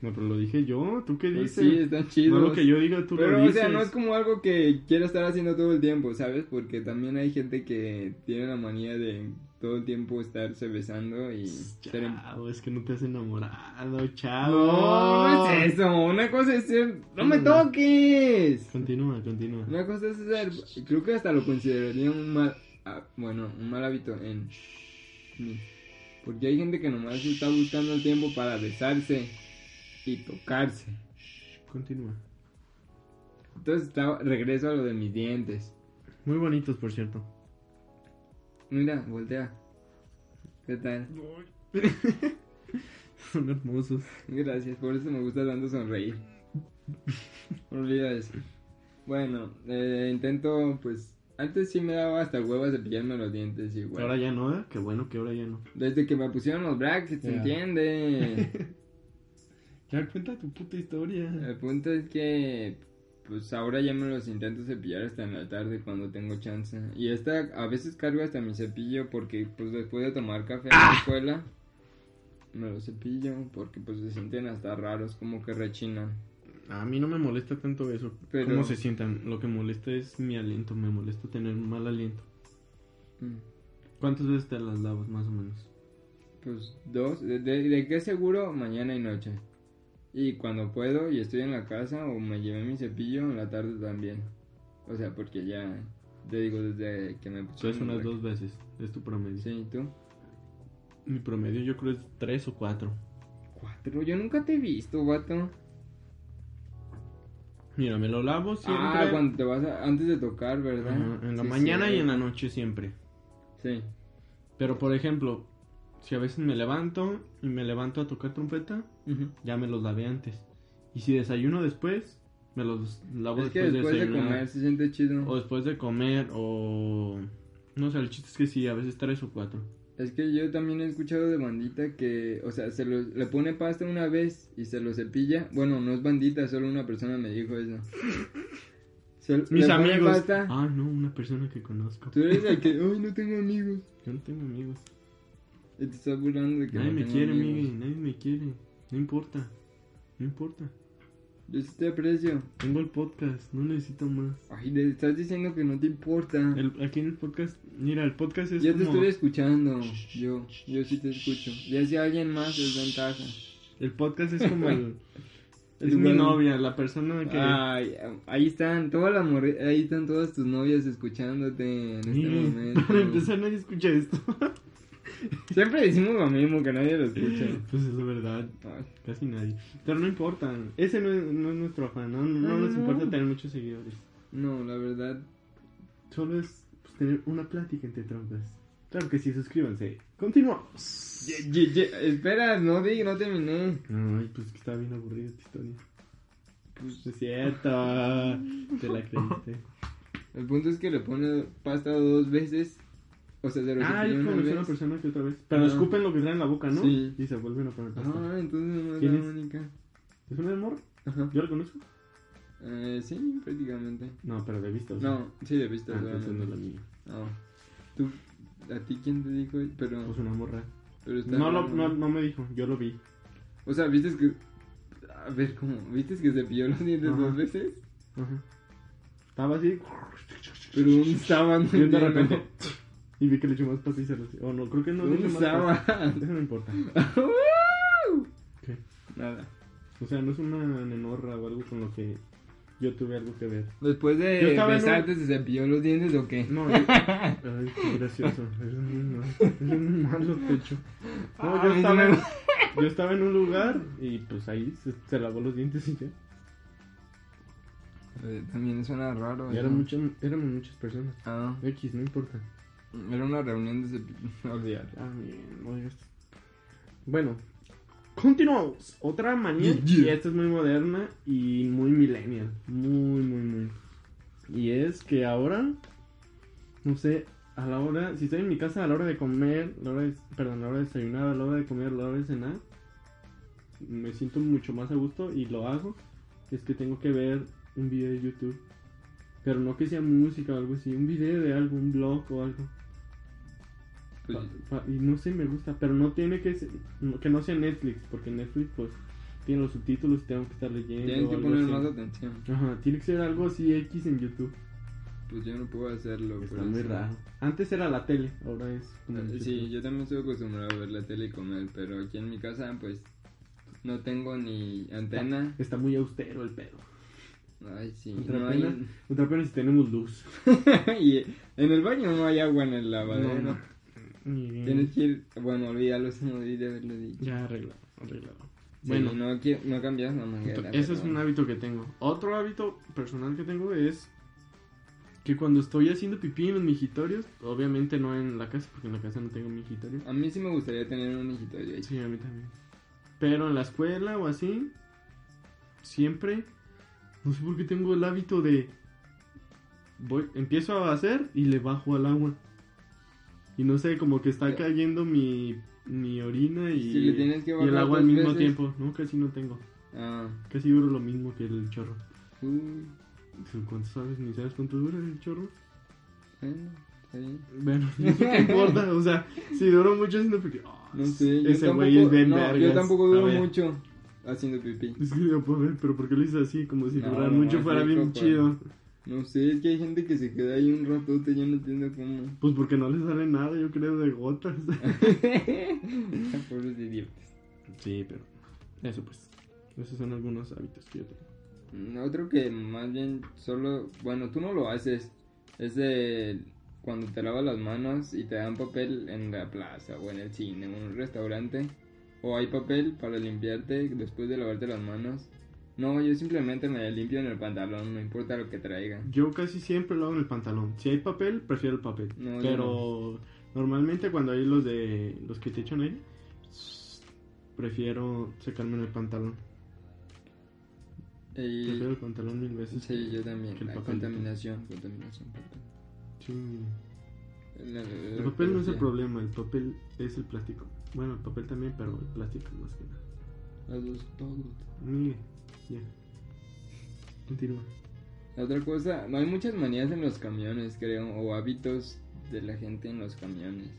[SPEAKER 1] No, pero lo dije yo. ¿Tú qué
[SPEAKER 2] Pues
[SPEAKER 1] dices?
[SPEAKER 2] sí, están chidos.
[SPEAKER 1] no lo que yo diga, tú
[SPEAKER 2] Pero
[SPEAKER 1] lo
[SPEAKER 2] o
[SPEAKER 1] dices.
[SPEAKER 2] sea, no es como algo que quiero estar haciendo todo el tiempo, ¿sabes? Porque también hay gente que tiene la manía de todo el tiempo estarse besando y ser em- en-
[SPEAKER 1] Chavo, es que no te has enamorado, chavo.
[SPEAKER 2] No, no es eso. Una cosa es ser, no
[SPEAKER 1] Mm.
[SPEAKER 2] me toques.
[SPEAKER 1] Continúa, continúa.
[SPEAKER 2] Una cosa es ser, creo que hasta lo consideraría un mal, ah, bueno, un mal hábito en mí. Porque hay gente que nomás está buscando el tiempo para besarse y tocarse.
[SPEAKER 1] Continúa.
[SPEAKER 2] Entonces está- regreso a lo de mis dientes.
[SPEAKER 1] Muy bonitos, por cierto.
[SPEAKER 2] Mira, voltea. ¿Qué tal?
[SPEAKER 1] [LAUGHS] Son hermosos.
[SPEAKER 2] Gracias, por eso me gusta tanto sonreír. [LAUGHS] Olvida eso. Bueno, eh, intento, pues, antes sí me daba hasta huevas de pillarme los dientes igual.
[SPEAKER 1] Ahora ya no, ¿eh? Qué bueno que ahora ya no.
[SPEAKER 2] Desde que me pusieron los brackets,
[SPEAKER 1] Ya.
[SPEAKER 2] ¿entiende?
[SPEAKER 1] Ya cuenta tu puta historia.
[SPEAKER 2] El punto es que, pues, ahora ya me los intento cepillar hasta en la tarde cuando tengo chance. Y esta, a veces cargo hasta mi cepillo porque, pues, después de tomar café en
[SPEAKER 1] Ah.
[SPEAKER 2] la escuela, me los cepillo porque, pues, se sienten hasta raros, como que rechinan.
[SPEAKER 1] A mí no me molesta tanto eso.
[SPEAKER 2] Pero-
[SPEAKER 1] ¿Cómo se sientan? Lo que molesta es mi aliento. Me molesta tener mal aliento.
[SPEAKER 2] Mm.
[SPEAKER 1] ¿Cuántas veces te las lavas, más o menos?
[SPEAKER 2] Pues dos, de, de, de qué seguro mañana y noche. Y cuando puedo y estoy en la casa o me llevé mi cepillo en la tarde también. O sea, porque ya, te digo, desde que me puse
[SPEAKER 1] Entonces Pues unas dos veces, es tu promedio.
[SPEAKER 2] Sí, ¿tú?
[SPEAKER 1] Mi promedio yo creo es tres o cuatro.
[SPEAKER 2] Cuatro, yo nunca te he visto, vato.
[SPEAKER 1] Mira, me lo lavo siempre.
[SPEAKER 2] Ah, cuando te vas a- antes de tocar, ¿verdad?
[SPEAKER 1] Ajá, en la
[SPEAKER 2] Sí,
[SPEAKER 1] mañana
[SPEAKER 2] sí.
[SPEAKER 1] y en la noche siempre.
[SPEAKER 2] Sí,
[SPEAKER 1] Pero por ejemplo, si a veces me levanto y me levanto a tocar trompeta,
[SPEAKER 2] Ujú.
[SPEAKER 1] ya me los lavé antes. Y si desayuno después, me los lavo
[SPEAKER 2] Es que
[SPEAKER 1] después,
[SPEAKER 2] después de
[SPEAKER 1] desayunar.
[SPEAKER 2] comer se siente chido.
[SPEAKER 1] O después de comer, o... No sé, el chiste es que sí, a veces tres o cuatro.
[SPEAKER 2] Es que yo también he escuchado de bandita que, o sea, se lo, le pone pasta una vez y se lo cepilla. Bueno, no es bandita, solo una persona me dijo eso. Se-
[SPEAKER 1] Mis
[SPEAKER 2] le Pues pone
[SPEAKER 1] amigos.
[SPEAKER 2] pasta.
[SPEAKER 1] Ah, no, una persona que conozco.
[SPEAKER 2] Tú eres el que, ay, no tengo amigos.
[SPEAKER 1] Yo no tengo amigos.
[SPEAKER 2] Y te estás burlando de que
[SPEAKER 1] Nadie
[SPEAKER 2] no
[SPEAKER 1] me
[SPEAKER 2] tengo
[SPEAKER 1] quiere,
[SPEAKER 2] amigos.
[SPEAKER 1] Miguel, nadie me quiere. No importa, no importa.
[SPEAKER 2] Yo sí te aprecio.
[SPEAKER 1] Tengo el podcast, no necesito más.
[SPEAKER 2] Ay, le estás diciendo que no te importa.
[SPEAKER 1] El- aquí en el podcast, mira, el podcast es
[SPEAKER 2] Yo te
[SPEAKER 1] como...
[SPEAKER 2] estoy escuchando. Yo, yo sí te escucho. Ya si alguien más es ventaja.
[SPEAKER 1] El podcast es como
[SPEAKER 2] [LAUGHS]
[SPEAKER 1] el...
[SPEAKER 2] El
[SPEAKER 1] es mi
[SPEAKER 2] lugar- Ah,
[SPEAKER 1] novia, la persona que...
[SPEAKER 2] Ay, ahí están todas las morri- ahí están todas tus novias escuchándote en este
[SPEAKER 1] Mire, [LAUGHS]
[SPEAKER 2] momento.
[SPEAKER 1] para empezar nadie escucha esto.
[SPEAKER 2] Siempre decimos lo mismo que nadie lo escucha.
[SPEAKER 1] [LAUGHS] pues es la verdad,
[SPEAKER 2] Ay,
[SPEAKER 1] casi nadie. Pero no importa, ese no es, no es nuestro afán, no, no,
[SPEAKER 2] No,
[SPEAKER 1] nos
[SPEAKER 2] no,
[SPEAKER 1] importa
[SPEAKER 2] no.
[SPEAKER 1] tener muchos seguidores.
[SPEAKER 2] no, la verdad.
[SPEAKER 1] Solo es pues, tener una plática entre trompas. Claro que sí, suscríbanse. Continuamos.
[SPEAKER 2] Ye- ye- ye- Espera, no di, no terminé.
[SPEAKER 1] Ay, pues que está bien aburrida esta historia.
[SPEAKER 2] Pues,
[SPEAKER 1] Es
[SPEAKER 2] [LAUGHS]
[SPEAKER 1] cierto, te la creíste.
[SPEAKER 2] el punto es que le pone pasta dos veces. O sea, se lo
[SPEAKER 1] Ah,
[SPEAKER 2] cepilló
[SPEAKER 1] yo
[SPEAKER 2] una
[SPEAKER 1] conocí a una
[SPEAKER 2] vez.
[SPEAKER 1] persona que otra vez. Pero
[SPEAKER 2] Ah.
[SPEAKER 1] escupen lo que traen en la boca, ¿no?
[SPEAKER 2] Sí.
[SPEAKER 1] Y se vuelven a poner pasta.
[SPEAKER 2] Ah, entonces no es
[SPEAKER 1] ¿Quién
[SPEAKER 2] la
[SPEAKER 1] es?
[SPEAKER 2] única.
[SPEAKER 1] ¿Es una de morro?
[SPEAKER 2] Ajá.
[SPEAKER 1] ¿Yo la conozco?
[SPEAKER 2] Eh, sí, prácticamente.
[SPEAKER 1] No, pero de vista. o sea.
[SPEAKER 2] No, sí, de vista.
[SPEAKER 1] Ah, entonces no
[SPEAKER 2] solamente.
[SPEAKER 1] es la mía.
[SPEAKER 2] Ah. ¿Tú, ¿A ti quién te dijo? Pero,
[SPEAKER 1] Pues una morra.
[SPEAKER 2] pero Pues está
[SPEAKER 1] No, lo,
[SPEAKER 2] raro.
[SPEAKER 1] no, no me dijo, yo lo vi.
[SPEAKER 2] O sea, ¿viste que... A ver, ¿cómo? ¿Viste que se pilló los dientes
[SPEAKER 1] Ajá.
[SPEAKER 2] dos veces?
[SPEAKER 1] Ajá. Estaba así.
[SPEAKER 2] Pero
[SPEAKER 1] [LAUGHS]
[SPEAKER 2] un sábado
[SPEAKER 1] Y de
[SPEAKER 2] lleno. [LAUGHS]
[SPEAKER 1] repente. Y vi que le echó más pasta y se lo O no, creo que no le
[SPEAKER 2] Un
[SPEAKER 1] echó más pasta.
[SPEAKER 2] sábado.
[SPEAKER 1] Eso no importa. ¿Qué?
[SPEAKER 2] Nada.
[SPEAKER 1] O sea, no es una nenorra o algo con lo que yo tuve algo que ver.
[SPEAKER 2] Después
[SPEAKER 1] Yo
[SPEAKER 2] de
[SPEAKER 1] estaba en un-
[SPEAKER 2] besarte, ¿se cepilló los dientes o qué?
[SPEAKER 1] No, yo- Ay, qué gracioso. Eres muy malo. Eres muy malo, pecho. No,
[SPEAKER 2] Ah,
[SPEAKER 1] yo, estaba en,
[SPEAKER 2] no.
[SPEAKER 1] yo estaba en un lugar y pues ahí se, se lavó los dientes y ya.
[SPEAKER 2] Eh, También suena raro.
[SPEAKER 1] Y
[SPEAKER 2] eso.
[SPEAKER 1] eran muchas, éramos muchas personas.
[SPEAKER 2] Ah,
[SPEAKER 1] X, no importa.
[SPEAKER 2] era una reunión de cepillo. [LAUGHS] Olvidar.
[SPEAKER 1] Ah, bien, oigas. Bueno, continuamos. Otra manía.
[SPEAKER 2] Yeah, yeah.
[SPEAKER 1] Y esta es muy moderna y muy millennial. Muy, muy, muy. Y es que ahora, no sé, a la hora, si estoy en mi casa a la hora de comer, a la hora de, perdón, a la hora de desayunar, a la hora de comer, a la hora de cenar, me siento mucho más a gusto y lo hago. Es que tengo que ver un video de YouTube. Pero no que sea música o algo así, un video de algo, un blog o algo.
[SPEAKER 2] Pues,
[SPEAKER 1] Pa- pa- y no sé, me gusta, pero no tiene que ser, no- que no sea Netflix, porque Netflix pues tiene los subtítulos y tengo que estar leyendo.
[SPEAKER 2] Tienes
[SPEAKER 1] o
[SPEAKER 2] que
[SPEAKER 1] algo
[SPEAKER 2] poner
[SPEAKER 1] así.
[SPEAKER 2] más atención.
[SPEAKER 1] Ajá, tiene que ser algo así X en YouTube.
[SPEAKER 2] Pues yo no puedo hacerlo.
[SPEAKER 1] Está
[SPEAKER 2] por
[SPEAKER 1] muy
[SPEAKER 2] eso.
[SPEAKER 1] raro. Antes era la tele, ahora es como
[SPEAKER 2] Eh,
[SPEAKER 1] YouTube.
[SPEAKER 2] Sí, yo también estoy acostumbrado a ver la tele y comer, pero aquí en mi casa, pues, no tengo ni antena.
[SPEAKER 1] Está muy austero el pedo.
[SPEAKER 2] Ay, sí,
[SPEAKER 1] Otra
[SPEAKER 2] no
[SPEAKER 1] pena.
[SPEAKER 2] hay...
[SPEAKER 1] Otra pena si tenemos luz.
[SPEAKER 2] [LAUGHS] y en el baño no hay agua en el lavadero.
[SPEAKER 1] No, Y-
[SPEAKER 2] Tienes que ir... Bueno, olvídalo, se me olvidé de haberlo dicho.
[SPEAKER 1] Ya arreglado, arreglado.
[SPEAKER 2] Sí,
[SPEAKER 1] bueno,
[SPEAKER 2] no, qui- no cambias la manguera.
[SPEAKER 1] Ese es
[SPEAKER 2] pero-
[SPEAKER 1] un hábito que tengo. Otro hábito personal que tengo es que cuando estoy haciendo pipí en los mijitorios, obviamente no en la casa, porque en la casa no tengo mijitorio.
[SPEAKER 2] A mí sí me gustaría tener un hijito de ahí.
[SPEAKER 1] Sí, a mí también. Pero en la escuela o así, siempre, no sé por qué tengo el hábito de. Voy, empiezo a hacer y le bajo al agua. Y no sé, como que está cayendo mi, mi orina y,
[SPEAKER 2] Si le tienes que
[SPEAKER 1] y el
[SPEAKER 2] bajar
[SPEAKER 1] agua al
[SPEAKER 2] dos
[SPEAKER 1] mismo
[SPEAKER 2] veces.
[SPEAKER 1] tiempo. No, casi no tengo.
[SPEAKER 2] Ah, uh,
[SPEAKER 1] Casi duro lo mismo que el chorro.
[SPEAKER 2] uy,
[SPEAKER 1] ¿Cuánto sabes? ¿Ni sabes cuánto dura el chorro?
[SPEAKER 2] bueno, está bien.
[SPEAKER 1] [LAUGHS] Bueno, no te importa, o sea, si duró mucho haciendo pipí. ah,
[SPEAKER 2] No sé, yo
[SPEAKER 1] ese
[SPEAKER 2] tampoco...
[SPEAKER 1] güey es bien
[SPEAKER 2] no,
[SPEAKER 1] vergas.
[SPEAKER 2] yo tampoco
[SPEAKER 1] A
[SPEAKER 2] duro
[SPEAKER 1] ver.
[SPEAKER 2] mucho haciendo pipí.
[SPEAKER 1] Es que digo, pues, a ver, pero ¿por qué lo hizo así? Como si
[SPEAKER 2] No,
[SPEAKER 1] durara
[SPEAKER 2] nomás
[SPEAKER 1] mucho fuera
[SPEAKER 2] rico,
[SPEAKER 1] bien
[SPEAKER 2] pues.
[SPEAKER 1] chido.
[SPEAKER 2] No sé, es que hay gente que se queda ahí un ratote, yo no entiendo cómo.
[SPEAKER 1] Pues porque no les sale nada, yo creo, de gotas. [LAUGHS]
[SPEAKER 2] [LAUGHS] Pobres idiotas.
[SPEAKER 1] sí, pero eso pues. Esos son algunos hábitos que yo tengo.
[SPEAKER 2] Mm, Otro que más bien solo, bueno, tú no lo haces, es el- cuando te lavas las manos y te dan papel en la plaza o en el cine o en un restaurante, o hay papel para limpiarte después de lavarte las manos. No, yo simplemente me limpio en el pantalón, no importa lo que traiga.
[SPEAKER 1] Yo casi siempre lo hago en el pantalón. Si hay papel, prefiero el papel.
[SPEAKER 2] No, yo
[SPEAKER 1] pero normalmente cuando hay los de los que te echan ahí, s- prefiero sacarme en el pantalón.
[SPEAKER 2] Y...
[SPEAKER 1] Prefiero el pantalón mil veces.
[SPEAKER 2] Sí, yo también.
[SPEAKER 1] que el
[SPEAKER 2] La
[SPEAKER 1] papelito.
[SPEAKER 2] contaminación, contaminación. papel.
[SPEAKER 1] Sí.
[SPEAKER 2] El,
[SPEAKER 1] El papel no es el problema, el papel es el plástico. Bueno, el papel también, pero el plástico más que nada.
[SPEAKER 2] Las dos, todo.
[SPEAKER 1] Mire, ya. Continúa.
[SPEAKER 2] La otra cosa, hay muchas manías en los camiones, creo, o hábitos de la gente en los camiones.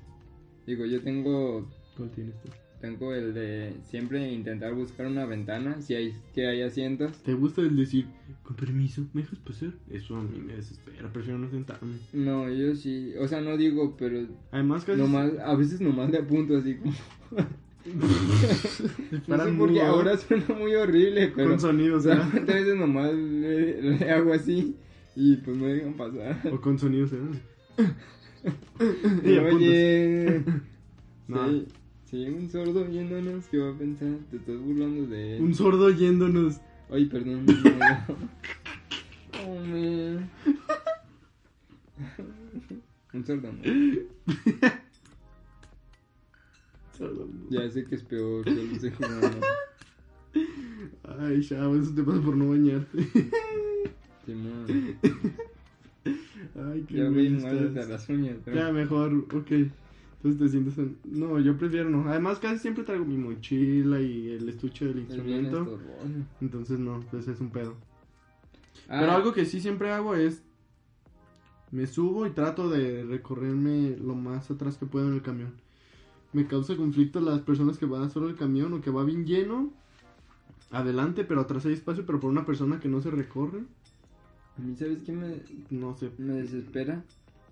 [SPEAKER 2] Digo, yo tengo,
[SPEAKER 1] ¿Cuál tienes tú?
[SPEAKER 2] tengo el de siempre intentar buscar una ventana, si hay, que hay asientos.
[SPEAKER 1] ¿Te gusta el decir, con permiso, me dejas pasar? Eso a mí me desespera, prefiero no sentarme.
[SPEAKER 2] No, yo sí, o sea, no digo, pero
[SPEAKER 1] Además, casi.
[SPEAKER 2] nomás, a veces nomás le apunto
[SPEAKER 1] [LAUGHS]
[SPEAKER 2] así como... No
[SPEAKER 1] disparan
[SPEAKER 2] sé
[SPEAKER 1] muy
[SPEAKER 2] porque
[SPEAKER 1] bajo,
[SPEAKER 2] ahora suena muy horrible, pero...
[SPEAKER 1] Con sonidos, ¿verdad?
[SPEAKER 2] Solamente [LAUGHS] a veces nomás le, le hago así y pues me dejan pasar.
[SPEAKER 1] O con sonidos,
[SPEAKER 2] [LAUGHS]
[SPEAKER 1] ¿verdad? [LAUGHS] Y
[SPEAKER 2] Y
[SPEAKER 1] apuntas.
[SPEAKER 2] oye,
[SPEAKER 1] [LAUGHS] No.
[SPEAKER 2] sí, sí, un sordo viéndonos, ¿qué va a pensar? Te estás burlando de él.
[SPEAKER 1] Un sordo yéndonos. [LAUGHS]
[SPEAKER 2] Ay, perdón. no. Oh, man. [LAUGHS] Un sordo. no. Ya sé que es peor, yo lo sé jugando.
[SPEAKER 1] Ay, chavo, eso te pasa por no bañarte. [LAUGHS]
[SPEAKER 2] Simón,
[SPEAKER 1] Ay, qué
[SPEAKER 2] ya voy
[SPEAKER 1] güey
[SPEAKER 2] mal
[SPEAKER 1] estás.
[SPEAKER 2] hasta las uñas. ¿no?
[SPEAKER 1] Ya, mejor, ok. Entonces te sientes... en- No, yo prefiero no. Además, casi siempre traigo mi mochila y el estuche del
[SPEAKER 2] Es bien
[SPEAKER 1] instrumento.
[SPEAKER 2] estorboso.
[SPEAKER 1] Entonces no, pues es un pedo.
[SPEAKER 2] Ah,
[SPEAKER 1] Pero algo que sí siempre hago es... Me subo y trato de recorrerme lo más atrás que puedo en el camión. Me causa conflicto las personas que van solo en el camión o que va bien lleno. Adelante, pero atrás hay espacio, pero por una persona que no se recorre.
[SPEAKER 2] A mí, ¿sabes qué me,
[SPEAKER 1] No sé.
[SPEAKER 2] me desespera?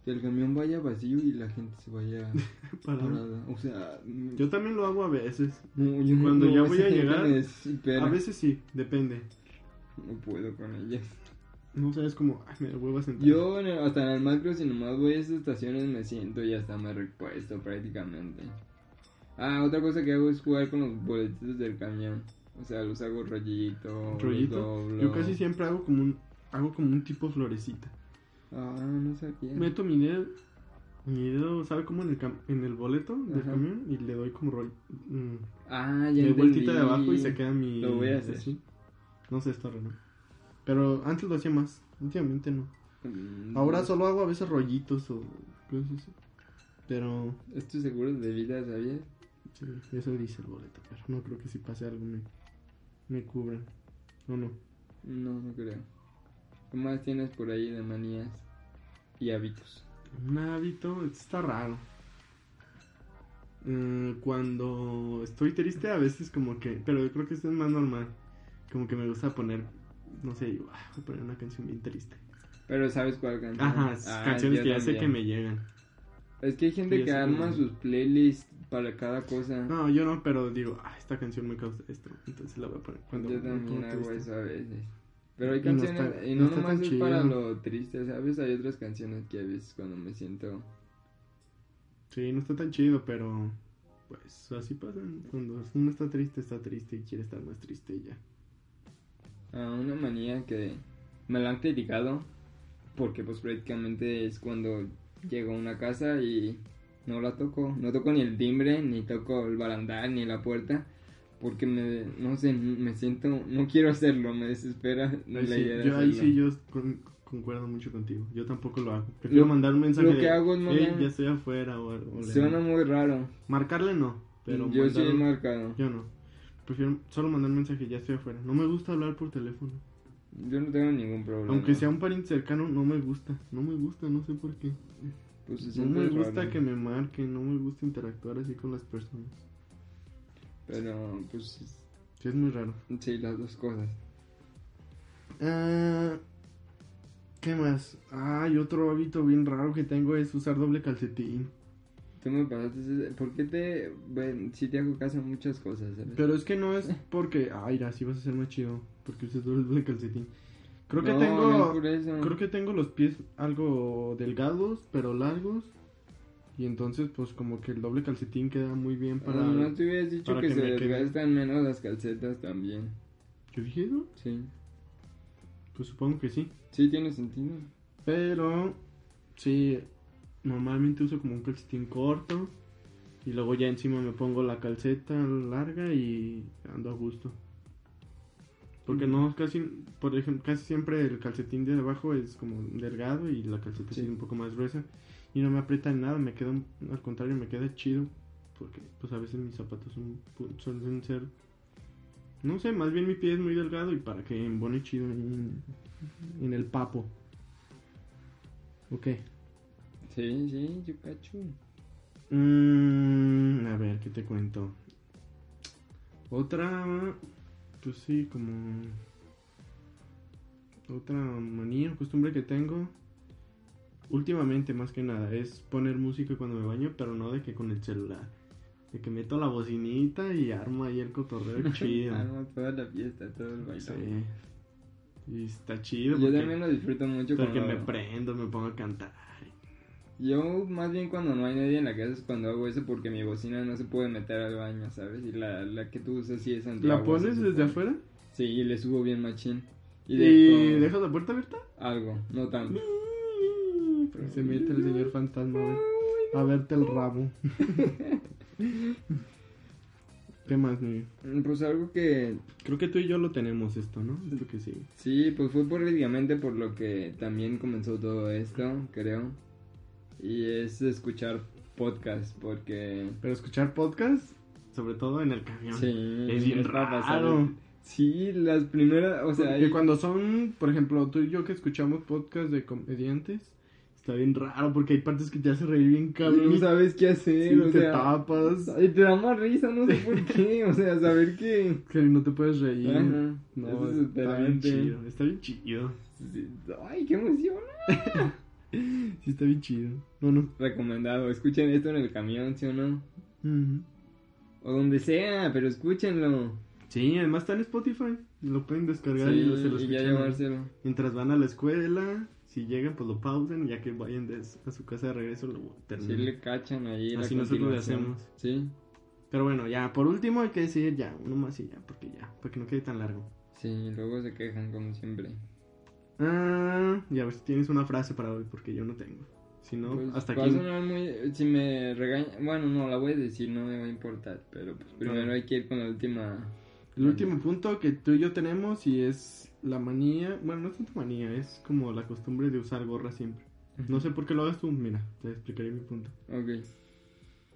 [SPEAKER 2] Que el camión vaya vacío y la gente
[SPEAKER 1] [LAUGHS]
[SPEAKER 2] se vaya
[SPEAKER 1] Para...
[SPEAKER 2] parada. O sea,
[SPEAKER 1] Yo también lo hago a veces.
[SPEAKER 2] no, yo no-
[SPEAKER 1] cuando
[SPEAKER 2] no,
[SPEAKER 1] ya
[SPEAKER 2] esa
[SPEAKER 1] voy a
[SPEAKER 2] gente
[SPEAKER 1] llegar,
[SPEAKER 2] me desespera.
[SPEAKER 1] A veces sí, depende.
[SPEAKER 2] No puedo con
[SPEAKER 1] [LAUGHS]
[SPEAKER 2] ella.
[SPEAKER 1] No sé, es como, ay, me da hueva sentar.
[SPEAKER 2] Yo en el- hasta en el macro, si nomás voy a esas estaciones, me siento y hasta me recuesto prácticamente. Ah, otra cosa que hago es jugar con los boletitos del camión. O sea, los hago rollito, los
[SPEAKER 1] Rollito.
[SPEAKER 2] doblo.
[SPEAKER 1] Yo casi siempre hago como un hago como un tipo florecita.
[SPEAKER 2] Ah, no sabía.
[SPEAKER 1] Meto mi dedo, mi dedo sale como en el cam- en el boleto del
[SPEAKER 2] Ajá.
[SPEAKER 1] camión y le doy como roll, mm,
[SPEAKER 2] Ah,
[SPEAKER 1] le
[SPEAKER 2] ya
[SPEAKER 1] doy vueltita de
[SPEAKER 2] entendí.
[SPEAKER 1] abajo y se queda mi
[SPEAKER 2] Lo voy a hacer.
[SPEAKER 1] así. No sé está raro. ¿no? Pero antes lo hacía más, últimamente no.
[SPEAKER 2] Mm,
[SPEAKER 1] Ahora solo hago a veces rollitos o cosas así. Pero
[SPEAKER 2] ¿Es tu seguro de vida, sabías?
[SPEAKER 1] sí, eso dice el boleto, pero no creo que si pase algo me me cubran. No, no.
[SPEAKER 2] No, no creo. ¿Qué más tienes por ahí de manías y hábitos?
[SPEAKER 1] Un hábito, esto está raro. Mm, cuando estoy triste a veces como que, pero yo creo que esto es más normal. Como que me gusta poner, no sé, yo "Ah, voy a poner una canción bien triste.
[SPEAKER 2] Pero sabes cuál canción.
[SPEAKER 1] Ajá, es
[SPEAKER 2] Ah,
[SPEAKER 1] canciones
[SPEAKER 2] yo
[SPEAKER 1] que ya sé que
[SPEAKER 2] también.
[SPEAKER 1] me llegan.
[SPEAKER 2] Es que hay gente
[SPEAKER 1] Yo
[SPEAKER 2] que
[SPEAKER 1] sé que
[SPEAKER 2] arma
[SPEAKER 1] me-
[SPEAKER 2] sus playlists para cada cosa.
[SPEAKER 1] No, yo no, pero digo, "Ah, esta canción me causa esto, entonces la voy a poner cuando
[SPEAKER 2] Yo
[SPEAKER 1] me
[SPEAKER 2] también
[SPEAKER 1] pongo
[SPEAKER 2] hago
[SPEAKER 1] triste.
[SPEAKER 2] eso a veces. Pero hay
[SPEAKER 1] Y no está-
[SPEAKER 2] canciones, y
[SPEAKER 1] no
[SPEAKER 2] no,
[SPEAKER 1] está
[SPEAKER 2] nomás
[SPEAKER 1] tan
[SPEAKER 2] es para
[SPEAKER 1] chido.
[SPEAKER 2] lo triste, ¿sabes? Hay otras canciones que a veces cuando me siento...
[SPEAKER 1] Sí, no está tan chido, pero pues así pasa. Cuando uno está triste, está triste y quiere estar más triste y ya.
[SPEAKER 2] a una manía que me la han criticado porque pues prácticamente es cuando llego a una casa y no la toco, no toco ni el timbre, ni toco el barandal, ni la puerta, porque me, no sé, me siento, no quiero hacerlo, me desespera la
[SPEAKER 1] Ahí sí,
[SPEAKER 2] idea de
[SPEAKER 1] yo ahí
[SPEAKER 2] hacerlo.
[SPEAKER 1] sí yo con- concuerdo mucho contigo. Yo tampoco lo hago. Prefiero
[SPEAKER 2] Lo-
[SPEAKER 1] mandar un mensaje.
[SPEAKER 2] lo que
[SPEAKER 1] de,
[SPEAKER 2] hago es
[SPEAKER 1] "Ey,
[SPEAKER 2] mandar-
[SPEAKER 1] ya estoy afuera o, algo, o le-
[SPEAKER 2] Suena muy raro,
[SPEAKER 1] Marcarle no, pero
[SPEAKER 2] yo sí
[SPEAKER 1] mandar
[SPEAKER 2] he
[SPEAKER 1] un-
[SPEAKER 2] marcado,
[SPEAKER 1] yo no. Prefiero solo mandar un mensaje, ya estoy afuera. No me gusta hablar por teléfono.
[SPEAKER 2] yo no tengo ningún problema.
[SPEAKER 1] Aunque sea un pariente cercano, no me gusta. No me gusta, no sé por qué.
[SPEAKER 2] Pues se
[SPEAKER 1] No me
[SPEAKER 2] siente
[SPEAKER 1] gusta
[SPEAKER 2] raro.
[SPEAKER 1] que me marquen, no me gusta interactuar así con las personas.
[SPEAKER 2] Pero pues
[SPEAKER 1] Sí, es muy raro.
[SPEAKER 2] sí, las dos cosas.
[SPEAKER 1] Ah, ¿Qué más? Ah, y otro hábito bien raro que tengo es usar doble calcetín.
[SPEAKER 2] Tú me pasaste. ese- ¿Por qué te.? Bueno, sí te hago caso en muchas cosas, ¿sabes?
[SPEAKER 1] Pero es que no es porque, ay, así vas a ser más chido, porque usas doble calcetín. Creo que
[SPEAKER 2] No,
[SPEAKER 1] tengo
[SPEAKER 2] no es por eso.
[SPEAKER 1] creo que tengo los pies algo delgados, pero largos. Y entonces pues como que el doble calcetín queda muy bien para
[SPEAKER 2] Ah, no te hubieras dicho
[SPEAKER 1] para
[SPEAKER 2] que,
[SPEAKER 1] que
[SPEAKER 2] se
[SPEAKER 1] me quede.
[SPEAKER 2] desgastan menos las calcetas también.
[SPEAKER 1] ¿Yo dije eso?
[SPEAKER 2] Sí.
[SPEAKER 1] Pues supongo que sí.
[SPEAKER 2] Sí, tiene sentido.
[SPEAKER 1] Pero sí normalmente uso como un calcetín corto y luego ya encima me pongo la calceta larga y ando a gusto. Porque no casi por ejemplo, casi siempre el calcetín de abajo es como delgado y la calceta
[SPEAKER 2] Sí.
[SPEAKER 1] es un poco más gruesa y no me aprieta en nada, me queda un- al contrario me queda chido porque pues a veces mis zapatos son pu- suelen ser no sé, más bien mi pie es muy delgado y para que embone chido en, en el papo. Ok.
[SPEAKER 2] Sí, sí, yo cacho.
[SPEAKER 1] Mm, a ver, ¿qué te cuento? Otra, pues sí, como... Otra manía o costumbre que tengo últimamente más que nada es poner música cuando me baño, pero no de que con el celular. De que meto la bocinita y armo ahí el
[SPEAKER 2] [LAUGHS]
[SPEAKER 1] cotorreo chido.
[SPEAKER 2] Arma Ah, toda la fiesta, todo el baile.
[SPEAKER 1] Sí. Y está chido.
[SPEAKER 2] Yo
[SPEAKER 1] porque-
[SPEAKER 2] también lo disfruto mucho
[SPEAKER 1] porque
[SPEAKER 2] cuando...
[SPEAKER 1] me prendo, me pongo a cantar.
[SPEAKER 2] Yo más bien cuando no hay nadie en la casa es cuando hago eso porque mi bocina no se puede meter al baño, ¿sabes? Y la, la que tú usas sí es antigua.
[SPEAKER 1] ¿La pones desde afuera?
[SPEAKER 2] Sí, y le subo bien machín.
[SPEAKER 1] ¿Y,
[SPEAKER 2] dejo
[SPEAKER 1] dejas la puerta abierta?
[SPEAKER 2] algo, no tanto.
[SPEAKER 1] Pero se mete el señor fantasma a, ver- a verte el
[SPEAKER 2] [LAUGHS]
[SPEAKER 1] rabo. ¿Qué más, Niño?
[SPEAKER 2] Mm, Pues algo que
[SPEAKER 1] Creo que tú y yo lo tenemos esto, ¿no? Es lo que sigue.
[SPEAKER 2] Sí, pues fue prácticamente por lo que también comenzó todo esto, creo. Y es escuchar podcast, porque...
[SPEAKER 1] Pero escuchar podcast, sobre todo en el camión.
[SPEAKER 2] Sí,
[SPEAKER 1] Es bien
[SPEAKER 2] para pasar-
[SPEAKER 1] raro.
[SPEAKER 2] Sí, las primeras, o sea...
[SPEAKER 1] Porque
[SPEAKER 2] y-
[SPEAKER 1] cuando son, por ejemplo, tú y yo que escuchamos podcast de comediantes, está bien raro porque hay partes que te hace reír bien cabrón.
[SPEAKER 2] No sabes qué
[SPEAKER 1] Sí,
[SPEAKER 2] hacer, o
[SPEAKER 1] te
[SPEAKER 2] sea...
[SPEAKER 1] tapas,
[SPEAKER 2] y te da más risa, no sé por qué, o sea, saber que...
[SPEAKER 1] que no te puedes reír.
[SPEAKER 2] Ajá,
[SPEAKER 1] No,
[SPEAKER 2] es
[SPEAKER 1] está bien
[SPEAKER 2] desesperante.
[SPEAKER 1] chido. Está bien chido.
[SPEAKER 2] Sí, Ay, qué emoción.
[SPEAKER 1] Sí, está bien chido. No, no.
[SPEAKER 2] Recomendado, escuchen esto en el camión, ¿sí o no?
[SPEAKER 1] Ujú.
[SPEAKER 2] O donde sea, pero escúchenlo.
[SPEAKER 1] Sí, además está en Spotify. Lo pueden descargar
[SPEAKER 2] Sí,
[SPEAKER 1] y lo, se lo
[SPEAKER 2] y ya
[SPEAKER 1] escuchan.
[SPEAKER 2] llevárselo.
[SPEAKER 1] Mientras van a la escuela, si llegan, pues lo pausan. Ya que vayan de- a su casa de regreso, lo
[SPEAKER 2] Sí
[SPEAKER 1] terminan.
[SPEAKER 2] le cachan ahí
[SPEAKER 1] Así
[SPEAKER 2] la
[SPEAKER 1] nosotros le
[SPEAKER 2] continuación.
[SPEAKER 1] hacemos.
[SPEAKER 2] Sí,
[SPEAKER 1] Pero bueno, ya, por último hay que decir ya, uno más y ya, porque ya, para que no quede tan largo.
[SPEAKER 2] sí, luego se quejan como siempre.
[SPEAKER 1] Ah, y a ver si tienes una frase para hoy, porque yo no tengo. Si no,
[SPEAKER 2] Pues,
[SPEAKER 1] hasta
[SPEAKER 2] va a
[SPEAKER 1] aquí.
[SPEAKER 2] sonar muy- si me regaña, bueno, no, la voy a decir, no me va a importar, pero pues primero
[SPEAKER 1] No.
[SPEAKER 2] hay que ir con la última.
[SPEAKER 1] El último punto que tú y yo tenemos y es la manía, bueno, no es tanto manía, es como la costumbre de usar gorra siempre. No sé por qué lo hagas tú, mira, te explicaré mi punto.
[SPEAKER 2] Ok,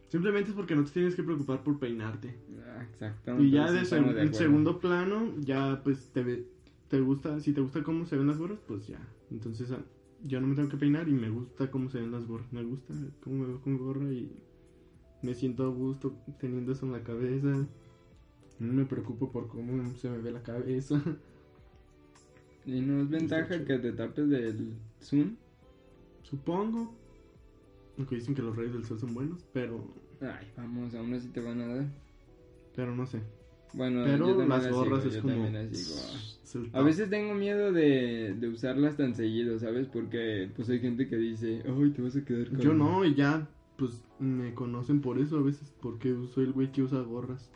[SPEAKER 1] Simplemente es porque no te tienes que preocupar por peinarte.
[SPEAKER 2] ah, exacto.
[SPEAKER 1] y ya de
[SPEAKER 2] entonces estamos
[SPEAKER 1] seg- en
[SPEAKER 2] acuerdo.
[SPEAKER 1] segundo plano, ya pues te, ve- te gusta, si te gusta cómo se ven las gorras, pues ya. Entonces ah, yo no me tengo que peinar y me gusta cómo se ven las gorras. Me gusta cómo me veo con gorra y me siento a gusto teniendo eso en la cabeza. No me preocupo por cómo se me ve la cabeza.
[SPEAKER 2] ¿Y no es ventaja que te tapes del Zoom?
[SPEAKER 1] Supongo. Aunque dicen que los rayos del sol son buenos, pero
[SPEAKER 2] Ay, vamos, aún así te van a dar.
[SPEAKER 1] pero no sé.
[SPEAKER 2] Bueno, yo
[SPEAKER 1] Pero
[SPEAKER 2] también
[SPEAKER 1] las
[SPEAKER 2] las
[SPEAKER 1] gorras
[SPEAKER 2] sigo,
[SPEAKER 1] es
[SPEAKER 2] yo
[SPEAKER 1] como...
[SPEAKER 2] también las sigo.
[SPEAKER 1] es el
[SPEAKER 2] A
[SPEAKER 1] top.
[SPEAKER 2] veces tengo miedo de, de usarlas tan seguido, ¿sabes? Porque pues hay gente que dice, ay, te vas a quedar con...
[SPEAKER 1] Yo no, y ya, pues me conocen por eso a veces, porque soy el güey que usa gorras.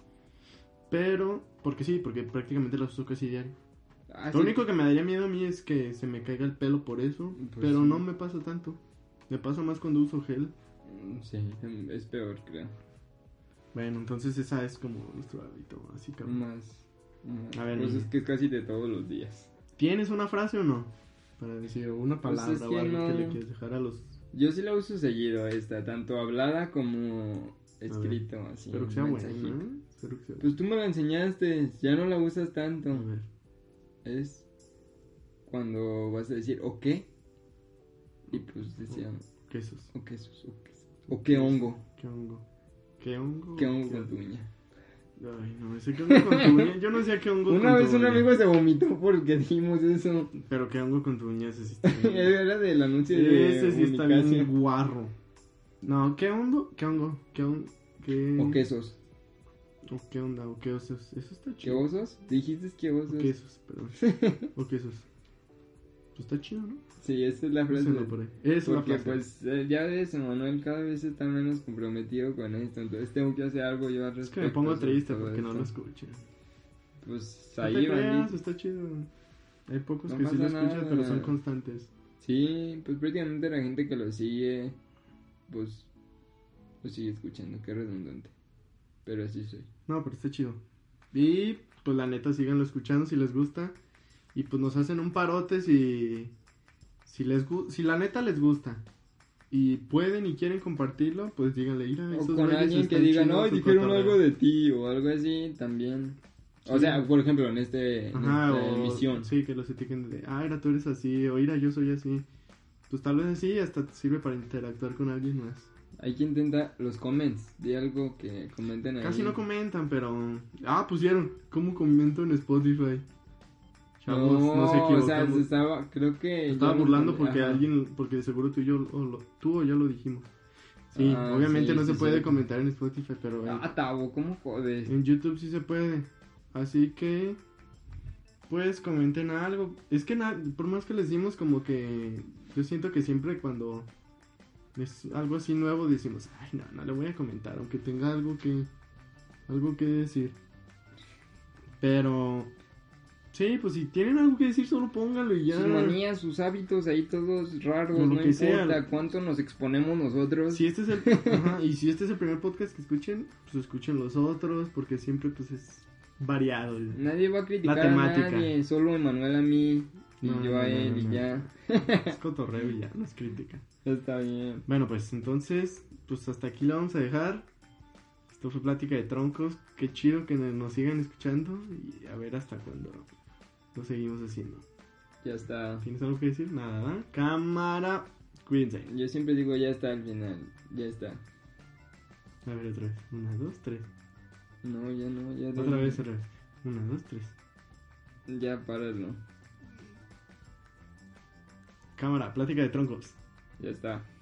[SPEAKER 1] Pero, porque sí, porque prácticamente las uso casi diario.
[SPEAKER 2] Ah,
[SPEAKER 1] Lo
[SPEAKER 2] sí,
[SPEAKER 1] único que me daría miedo a mí es que se me caiga el pelo por eso,
[SPEAKER 2] Pues
[SPEAKER 1] pero
[SPEAKER 2] sí.
[SPEAKER 1] no me pasa tanto. Me pasa más cuando uso gel.
[SPEAKER 2] Mm, Sí, em, es peor, creo.
[SPEAKER 1] Bueno, entonces esa es como nuestro hábito, así que...
[SPEAKER 2] Más. más.
[SPEAKER 1] A ver,
[SPEAKER 2] pues
[SPEAKER 1] mi-
[SPEAKER 2] es que es casi de todos los días.
[SPEAKER 1] ¿Tienes una frase o no? Para decir o una
[SPEAKER 2] Pues
[SPEAKER 1] palabra
[SPEAKER 2] es que
[SPEAKER 1] o algo que
[SPEAKER 2] no.
[SPEAKER 1] le quieres dejar a los...
[SPEAKER 2] Yo sí la uso seguido esta, tanto hablada como escrito, así.
[SPEAKER 1] Espero que sea buena, ¿eh?
[SPEAKER 2] mensajito.
[SPEAKER 1] ¿no? Espero que sea
[SPEAKER 2] Pues tú me la enseñaste, ya no la
[SPEAKER 1] buena.
[SPEAKER 2] usas
[SPEAKER 1] A
[SPEAKER 2] tanto.
[SPEAKER 1] ver.
[SPEAKER 2] Es cuando vas a decir, ¿o qué? Y pues decíamos,
[SPEAKER 1] Quesos.
[SPEAKER 2] ¿o qué sos? ¿O qué, sos? ¿O qué hongo?
[SPEAKER 1] ¿Qué hongo? ¿Qué hongo?
[SPEAKER 2] ¿Qué hongo con tu uña?
[SPEAKER 1] Ay, no, ese que hongo con tu uña. Yo no sé a qué hongo
[SPEAKER 2] Una
[SPEAKER 1] con
[SPEAKER 2] vez
[SPEAKER 1] tu
[SPEAKER 2] un
[SPEAKER 1] uña.
[SPEAKER 2] amigo se vomitó porque dijimos eso.
[SPEAKER 1] Pero qué hongo con tu uña, ese
[SPEAKER 2] [LAUGHS]
[SPEAKER 1] sí está bien.
[SPEAKER 2] Era del anuncio de
[SPEAKER 1] Mm. Ese sí está bien
[SPEAKER 2] Unicasia.
[SPEAKER 1] guarro. No, ¿qué hongo? ¿Qué hongo? ¿Qué hongo? ¿Qué,
[SPEAKER 2] O quesos.
[SPEAKER 1] ¿O qué onda? ¿O qué osos? Eso está
[SPEAKER 2] ¿Qué
[SPEAKER 1] chido.
[SPEAKER 2] osos? Dijiste que osos.
[SPEAKER 1] O quesos,
[SPEAKER 2] [LAUGHS]
[SPEAKER 1] perdón. o quesos. Pues está chido, ¿no?
[SPEAKER 2] Sí, esa es la frase.
[SPEAKER 1] Úsenlo por ahí. Es una
[SPEAKER 2] Porque
[SPEAKER 1] frase.
[SPEAKER 2] pues eh, ya ves, Manuel cada vez está menos comprometido con esto, entonces tengo que pues, eh, hacer algo yo al
[SPEAKER 1] es
[SPEAKER 2] respecto.
[SPEAKER 1] que me pongo
[SPEAKER 2] sobre
[SPEAKER 1] triste
[SPEAKER 2] todo
[SPEAKER 1] porque no
[SPEAKER 2] esto.
[SPEAKER 1] lo escuchan.
[SPEAKER 2] Pues
[SPEAKER 1] No te
[SPEAKER 2] ahí van.
[SPEAKER 1] creas, está chido. Hay pocos
[SPEAKER 2] No
[SPEAKER 1] que sí lo
[SPEAKER 2] pasa
[SPEAKER 1] escuchan, pero son
[SPEAKER 2] nada.
[SPEAKER 1] constantes.
[SPEAKER 2] Sí, pues prácticamente la gente que lo sigue, pues lo sigue escuchando, qué redundante. Pero así soy.
[SPEAKER 1] No, pero está chido. Y pues la neta, síganlo escuchando si les gusta. Y pues nos hacen un parote si, si, les gu- si la neta les gusta. Y pueden y quieren compartirlo, pues díganle, ir a
[SPEAKER 2] O con alguien que diga, no, dijeron algo de ti o algo así también. O
[SPEAKER 1] Sí.
[SPEAKER 2] sea, por ejemplo, en, este, en
[SPEAKER 1] Ajá,
[SPEAKER 2] esta
[SPEAKER 1] o,
[SPEAKER 2] emisión.
[SPEAKER 1] Sí, que los etiqueten de, ah, era tú eres así, o ira, yo soy así. Pues tal vez así hasta te sirve para interactuar con alguien más.
[SPEAKER 2] Hay que intentar los comments, di algo que comenten ahí.
[SPEAKER 1] Casi no comentan, pero. Ah, pusieron. ¿Cómo comento en Spotify? Chavos, no, se
[SPEAKER 2] o sea,
[SPEAKER 1] equivocamos.
[SPEAKER 2] se estaba, creo que...
[SPEAKER 1] Me estaba
[SPEAKER 2] yo lo-
[SPEAKER 1] burlando porque
[SPEAKER 2] ajá.
[SPEAKER 1] alguien, porque seguro tú y yo, o lo- tú o yo lo dijimos. Sí,
[SPEAKER 2] Ah,
[SPEAKER 1] obviamente
[SPEAKER 2] sí,
[SPEAKER 1] no se
[SPEAKER 2] sí,
[SPEAKER 1] puede
[SPEAKER 2] sí.
[SPEAKER 1] comentar en Spotify, pero en,
[SPEAKER 2] Ah, Tabo, ¿cómo jodes?
[SPEAKER 1] en YouTube sí se puede. Así que, pues comenten algo. Es que na- por más que les dimos como que, yo siento que siempre cuando es algo así nuevo decimos, ay no, no le voy a comentar, aunque tenga algo que, algo que decir. Pero, sí, pues si tienen algo que decir solo pónganlo y ya.
[SPEAKER 2] Sus manías, sus hábitos ahí todos raros,
[SPEAKER 1] Con lo
[SPEAKER 2] no
[SPEAKER 1] que sea.
[SPEAKER 2] importa cuánto nos exponemos nosotros.
[SPEAKER 1] Si este es el, ajá, y si este es el primer podcast que escuchen, pues escuchen los otros, porque siempre pues es variado.
[SPEAKER 2] [LAUGHS]
[SPEAKER 1] el-
[SPEAKER 2] Nadie va a criticar
[SPEAKER 1] La
[SPEAKER 2] a
[SPEAKER 1] temática.
[SPEAKER 2] nadie, solo Emanuel a mí y
[SPEAKER 1] No,
[SPEAKER 2] yo
[SPEAKER 1] no,
[SPEAKER 2] a
[SPEAKER 1] no,
[SPEAKER 2] él
[SPEAKER 1] no,
[SPEAKER 2] y
[SPEAKER 1] no.
[SPEAKER 2] ya.
[SPEAKER 1] Es cotorreo y ya, no es crítica.
[SPEAKER 2] Está bien.
[SPEAKER 1] Bueno, pues entonces, pues hasta aquí la vamos a dejar. Esto fue Plática de Troncos. Qué chido que nos sigan escuchando y a ver hasta cuándo lo seguimos haciendo.
[SPEAKER 2] Ya está.
[SPEAKER 1] ¿Tienes algo que decir? Nada, ¿verdad? Cámara, cuídense.
[SPEAKER 2] Yo siempre digo ya está al final, ya está.
[SPEAKER 1] A ver, otra vez. Una, dos, tres.
[SPEAKER 2] No, ya no, ya
[SPEAKER 1] Otra
[SPEAKER 2] dale.
[SPEAKER 1] vez, otra vez. Una, dos, tres.
[SPEAKER 2] Ya páralo,
[SPEAKER 1] Cámara, Plática de Troncos.
[SPEAKER 2] ya está.